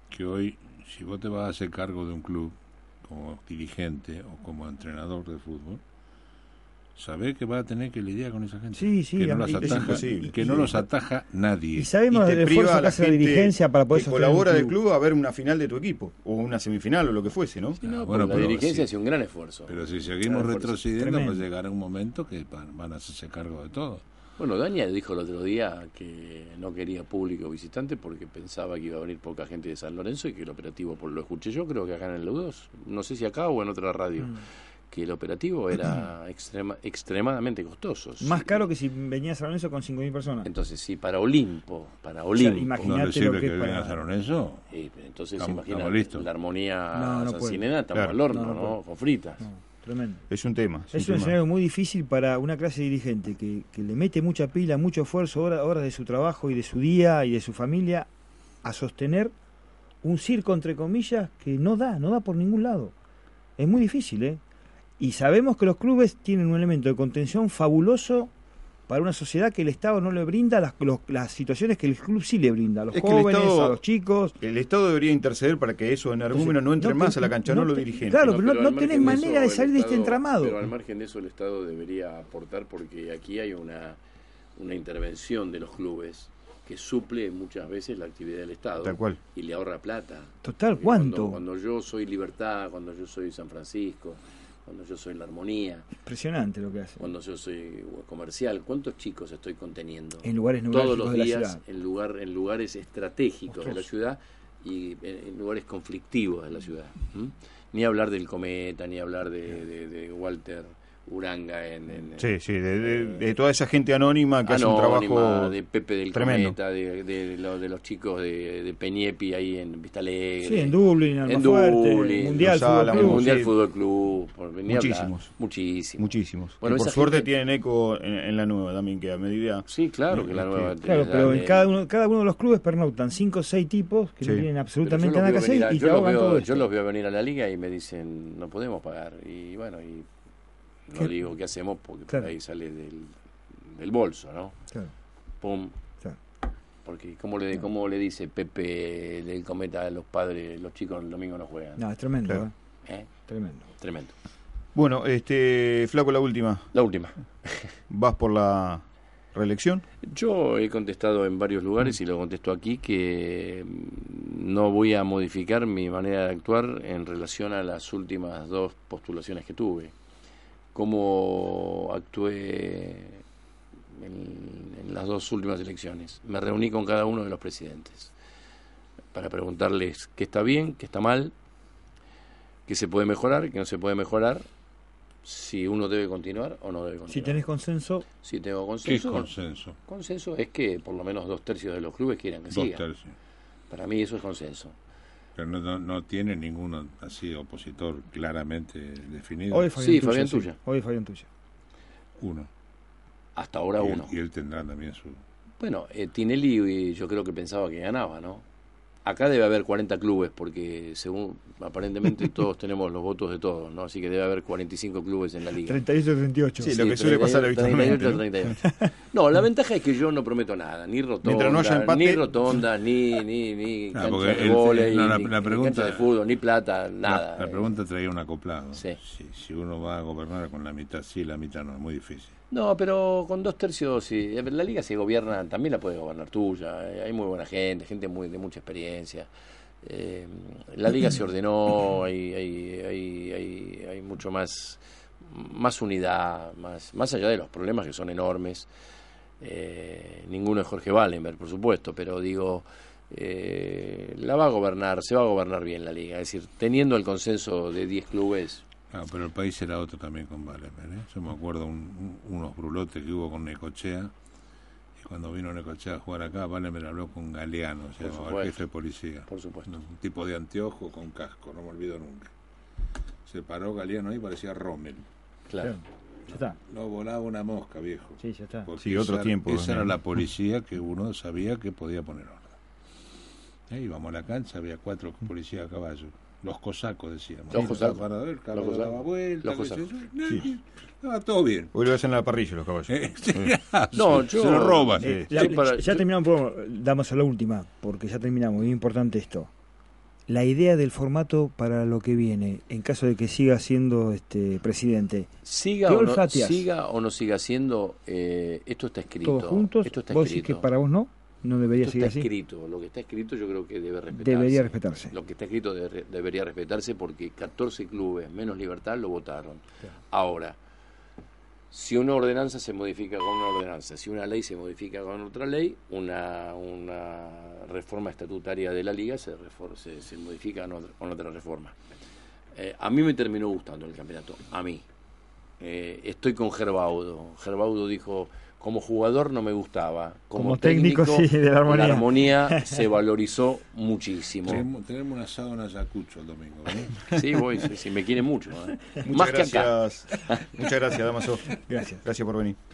B: que hoy, si vos te vas a hacer cargo de un club como dirigente o como entrenador de fútbol, sabés que vas a tener que lidiar con esa gente.
C: Sí, sí,
B: que no,
C: a-
B: las
C: y- es
B: ataja,
D: imposible.
B: y que no
D: Sí.
B: los ataja nadie.
C: Y sabemos
D: te
C: del
D: priva
C: esfuerzo
D: a
C: que hace la
D: gente
C: dirigencia para poder
D: que
C: sostener un
D: colabora del
C: club.
D: club a ver una final de tu equipo o una semifinal o lo que fuese, ¿no?
B: Ah,
E: No, porque la dirigencia hace un gran esfuerzo.
B: Pero si seguimos
E: Gran esfuerzo.
B: retrocediendo,
E: Tremendo.
B: pues llegará un momento que van, van a hacerse cargo de todo.
E: Bueno, Daniel dijo el otro día que no quería público visitante porque pensaba que iba a venir poca gente de San Lorenzo y que el operativo, por lo escuché yo, creo que acá en el U2, no sé si acá o en otra radio,
C: Mm.
E: que el operativo era extrema- extremadamente costoso.
C: Más caro que si venía a San Lorenzo con 5.000 personas.
E: Entonces, sí, para Olimpo, para
C: O sea,
E: Olimpo.
C: imagínate
B: ¿No le sirve
C: lo que
B: que
C: es
B: venga
C: para-
B: a San eso?
E: Sí, pero entonces,
B: Estamos-
E: imagina
B: estamos listos.
E: la armonía
C: No, no
E: San
C: puede.
E: Cinená, estamos
D: Claro.
E: al horno,
C: No,
E: ¿no?
C: no puede.
E: Con fritas.
C: Tremendo.
D: Es un tema.
C: Es un
D: tema.
C: escenario muy difícil para una clase dirigente que, que le mete mucha pila, mucho esfuerzo, hora- horas de su trabajo y de su día y de su familia a sostener un circo, entre comillas, que no da, no da por ningún lado. Es muy difícil, ¿eh? Y sabemos que los clubes tienen un elemento de contención fabuloso para una sociedad que el Estado no le brinda las, los- las situaciones que el club sí le brinda, a los
D: Es que el
C: jóvenes,
D: Estado-
C: a los chicos.
D: El Estado debería interceder para que esos energúmenos
C: Entonces,
D: no entren
C: no te-
D: más a la cancha, no,
C: no
D: los
C: te-
D: dirigentes.
C: claro, pero no-
E: al
C: no
E: margen
C: tenés manera de
E: el
C: salir de este
E: Estado-
C: entramado.
E: Pero al margen de eso, el Estado debería aportar porque aquí hay una, una intervención de los clubes que suple muchas veces la actividad del Estado
D: Tal cual.
E: y le ahorra plata.
C: Total,
E: Porque
C: ¿cuánto?
E: Cuando, cuando yo soy Libertad, cuando yo soy San Francisco, cuando yo soy La Armonía,
C: Impresionante lo que hace.
E: cuando yo soy comercial, ¿cuántos chicos estoy conteniendo?
C: En lugares
E: Todos
C: neurálgicos
E: los
C: de la
E: días
C: ciudad.
E: en, lugar, en lugares estratégicos de la
C: Monstruoso.
E: ciudad y en, en lugares conflictivos de la ciudad. ¿m? Ni hablar del cometa, ni hablar de, de- de Walter Uranga en, en-
D: Sí, sí, de, de- de toda esa gente anónima que hace un
E: Anónima,
D: trabajo
E: de Pepe del
D: tremendo.
E: Cometa, de, de, lo- de los chicos de, de Peñepi ahí en Vista Alegre.
C: Sí, en Dublín, en Almafuerte,
E: Dublín,
C: Mundial
E: en
C: Fútbol
E: Álamos,
C: Club.
E: Mundial
C: Sí.
E: Fútbol Club, por venir a hablar.
D: Muchísimos.
E: Muchísimos.
D: Muchísimos.
E: Bueno,
D: Que por
E: esa
D: suerte
E: gente-
D: tienen eco en, en la nueva también, que a medida.
E: Sí, claro que la nueva te-
C: Claro, pero en
E: dale.
C: cada uno, cada uno de los clubes pernoctan cinco o seis tipos que no
E: Sí.
C: tienen
E: Pero
C: absolutamente nada que
E: yo los veo venir
C: hacer
E: a-
C: y
E: yo
C: te
E: los
C: ahogan
E: veo-
C: todo
E: Yo
C: esto.
E: los veo venir a la liga y me dicen, no podemos pagar. Y bueno, y no
C: ¿Qué?
E: digo qué hacemos porque
C: Claro.
E: por ahí sale del, del bolso, ¿no?
C: Claro.
E: Pum.
C: Claro.
E: Porque ¿cómo le, cómo le dice Pepe del Cometa a los padres, los chicos el domingo no juegan?
C: No, es tremendo,
D: Claro.
C: ¿eh?
E: ¿Eh?
C: Tremendo.
E: Tremendo.
D: Bueno, este, Flaco, la última.
E: La última.
D: ¿Vas por la reelección?
E: Yo he contestado en varios lugares y lo contesto aquí que mm, no voy a modificar mi manera de actuar en relación a las últimas dos postulaciones que tuve. Cómo actué en, en las dos últimas elecciones. Me reuní con cada uno de los presidentes para preguntarles qué está bien, qué está mal, qué se puede mejorar, qué no se puede mejorar, si uno debe continuar o no debe continuar.
C: Si tenés consenso,
E: Si tengo
B: ¿Qué es
E: consenso.
B: consenso?
E: Consenso es que por lo menos dos tercios de los clubes quieran que
B: Dos
E: siga.
B: tercios.
E: Para mí eso es consenso.
B: Pero no, no, no tiene ninguno así opositor claramente definido.
C: hoy Fabián
E: Sí,
C: Tuya,
E: Fabián
C: sí.
E: Tuya.
C: Hoy Fabián Tuya.
B: Uno.
E: Hasta ahora
B: y él-
E: uno.
B: y él tendrá también su...
E: Bueno, eh, Tinelli eh, yo creo que pensaba que ganaba, ¿no? Acá debe haber 40 clubes porque según aparentemente todos tenemos los votos de todos, ¿no? Así que debe haber 45 clubes en la liga.
C: 38-38.
D: Sí, lo que suele pasar
E: 38,
D: habitualmente,
E: 38, 38. No, la ventaja es que yo no prometo nada, ni rotonda,
D: Mientras no haya empate.
E: ni rotonda, ni ni ni
B: Ah,
E: cancha
B: porque
E: de
B: él-
E: vóley,
B: no, la-
E: ni-
B: la
E: ni
B: pregunta-
E: cancha de fútbol, ni plata, nada.
B: La, la
E: Eh,
B: pregunta traía un acoplado.
E: Sí.
B: Si, si uno va a gobernar con la mitad sí, la mitad no, es muy difícil.
E: No, pero con dos tercios, sí. Eh, la liga se gobierna, también la puede gobernar tuya. eh, Hay muy buena gente, gente muy, de mucha experiencia. Eh, la liga se ordenó, hay, hay, hay, hay, hay mucho más, más unidad, más, más allá de los problemas que son enormes. Eh, ninguno es Jorge Wallenberg, por supuesto, pero digo, eh, la va a gobernar, se va a gobernar bien la liga. Es decir, teniendo el consenso de 10 clubes,
B: Ah, pero el país era otro también con Valenberg. ¿eh? Yo me acuerdo un- un- unos brulotes que hubo con Necochea. Y cuando vino Necochea a jugar acá, Valenberg habló con Galeano, se
E: Por
B: llamaba
E: supuesto.
B: el jefe de policía.
E: por supuesto.
B: Un tipo de anteojo con casco, no me olvido nunca. Se paró Galeano ahí parecía Rommel.
E: Claro.
C: Ya está.
B: No volaba una mosca, viejo.
C: Sí, ya está.
B: Porque
D: Sí, otro
B: esa-
D: tiempo,
B: Esa era
D: ¿no?
B: la policía que uno sabía que podía poner orden. Ahí íbamos a la cancha, había cuatro policías a caballo. Los cosacos decíamos.
E: Los
B: Y
E: cosacos.
B: estaba parado, el caballo
E: Los cosacos.
B: daba vuelta.
E: Los
B: qué sé
E: cosacos.
B: yo. Estaba todo bien.
D: Hoy lo hacen en la parrilla los caballos.
B: Eh,
E: No,
B: se,
E: yo-
B: se lo roban.
D: Sí.
C: Eh, La-
E: Yo para-
C: ya
E: yo-
C: terminamos, por- damos a la última, porque ya terminamos, muy importante esto. La idea del formato para lo que viene, en caso de que siga siendo este presidente,
E: siga
C: ¿Qué
E: o, no,
C: olfateas?
E: siga o no siga siendo, eh, esto está escrito.
C: todos juntos,
E: esto está
C: vos decís que
E: escrito.
C: para vos no, no debería
E: esto
C: seguir
E: está
C: así.
E: escrito. Lo que está escrito yo creo que debe respetarse.
C: Debería respetarse.
E: Lo que está escrito de- debería respetarse porque 14 clubes menos Libertad lo votaron. Ahora, si una ordenanza se modifica con una ordenanza, si una ley se modifica con otra ley, una, una reforma estatutaria de la liga se, refor- se, se modifica con otra, con otra reforma. Eh, a mí me terminó gustando el campeonato, a mí. Eh, estoy con Gerbaudo. Gerbaudo dijo, como jugador no me gustaba, como,
C: Como técnico, sí, de la armonía.
E: la armonía se valorizó muchísimo.
B: Tenemos, tenemos un asado en Ayacucho el domingo. ¿eh?
E: Sí, voy, sí, sí, me quiere mucho. ¿eh?
D: Muchas
E: Más que acá.
D: gracias. Muchas gracias, Damaso.
C: Gracias.
D: Gracias por venir.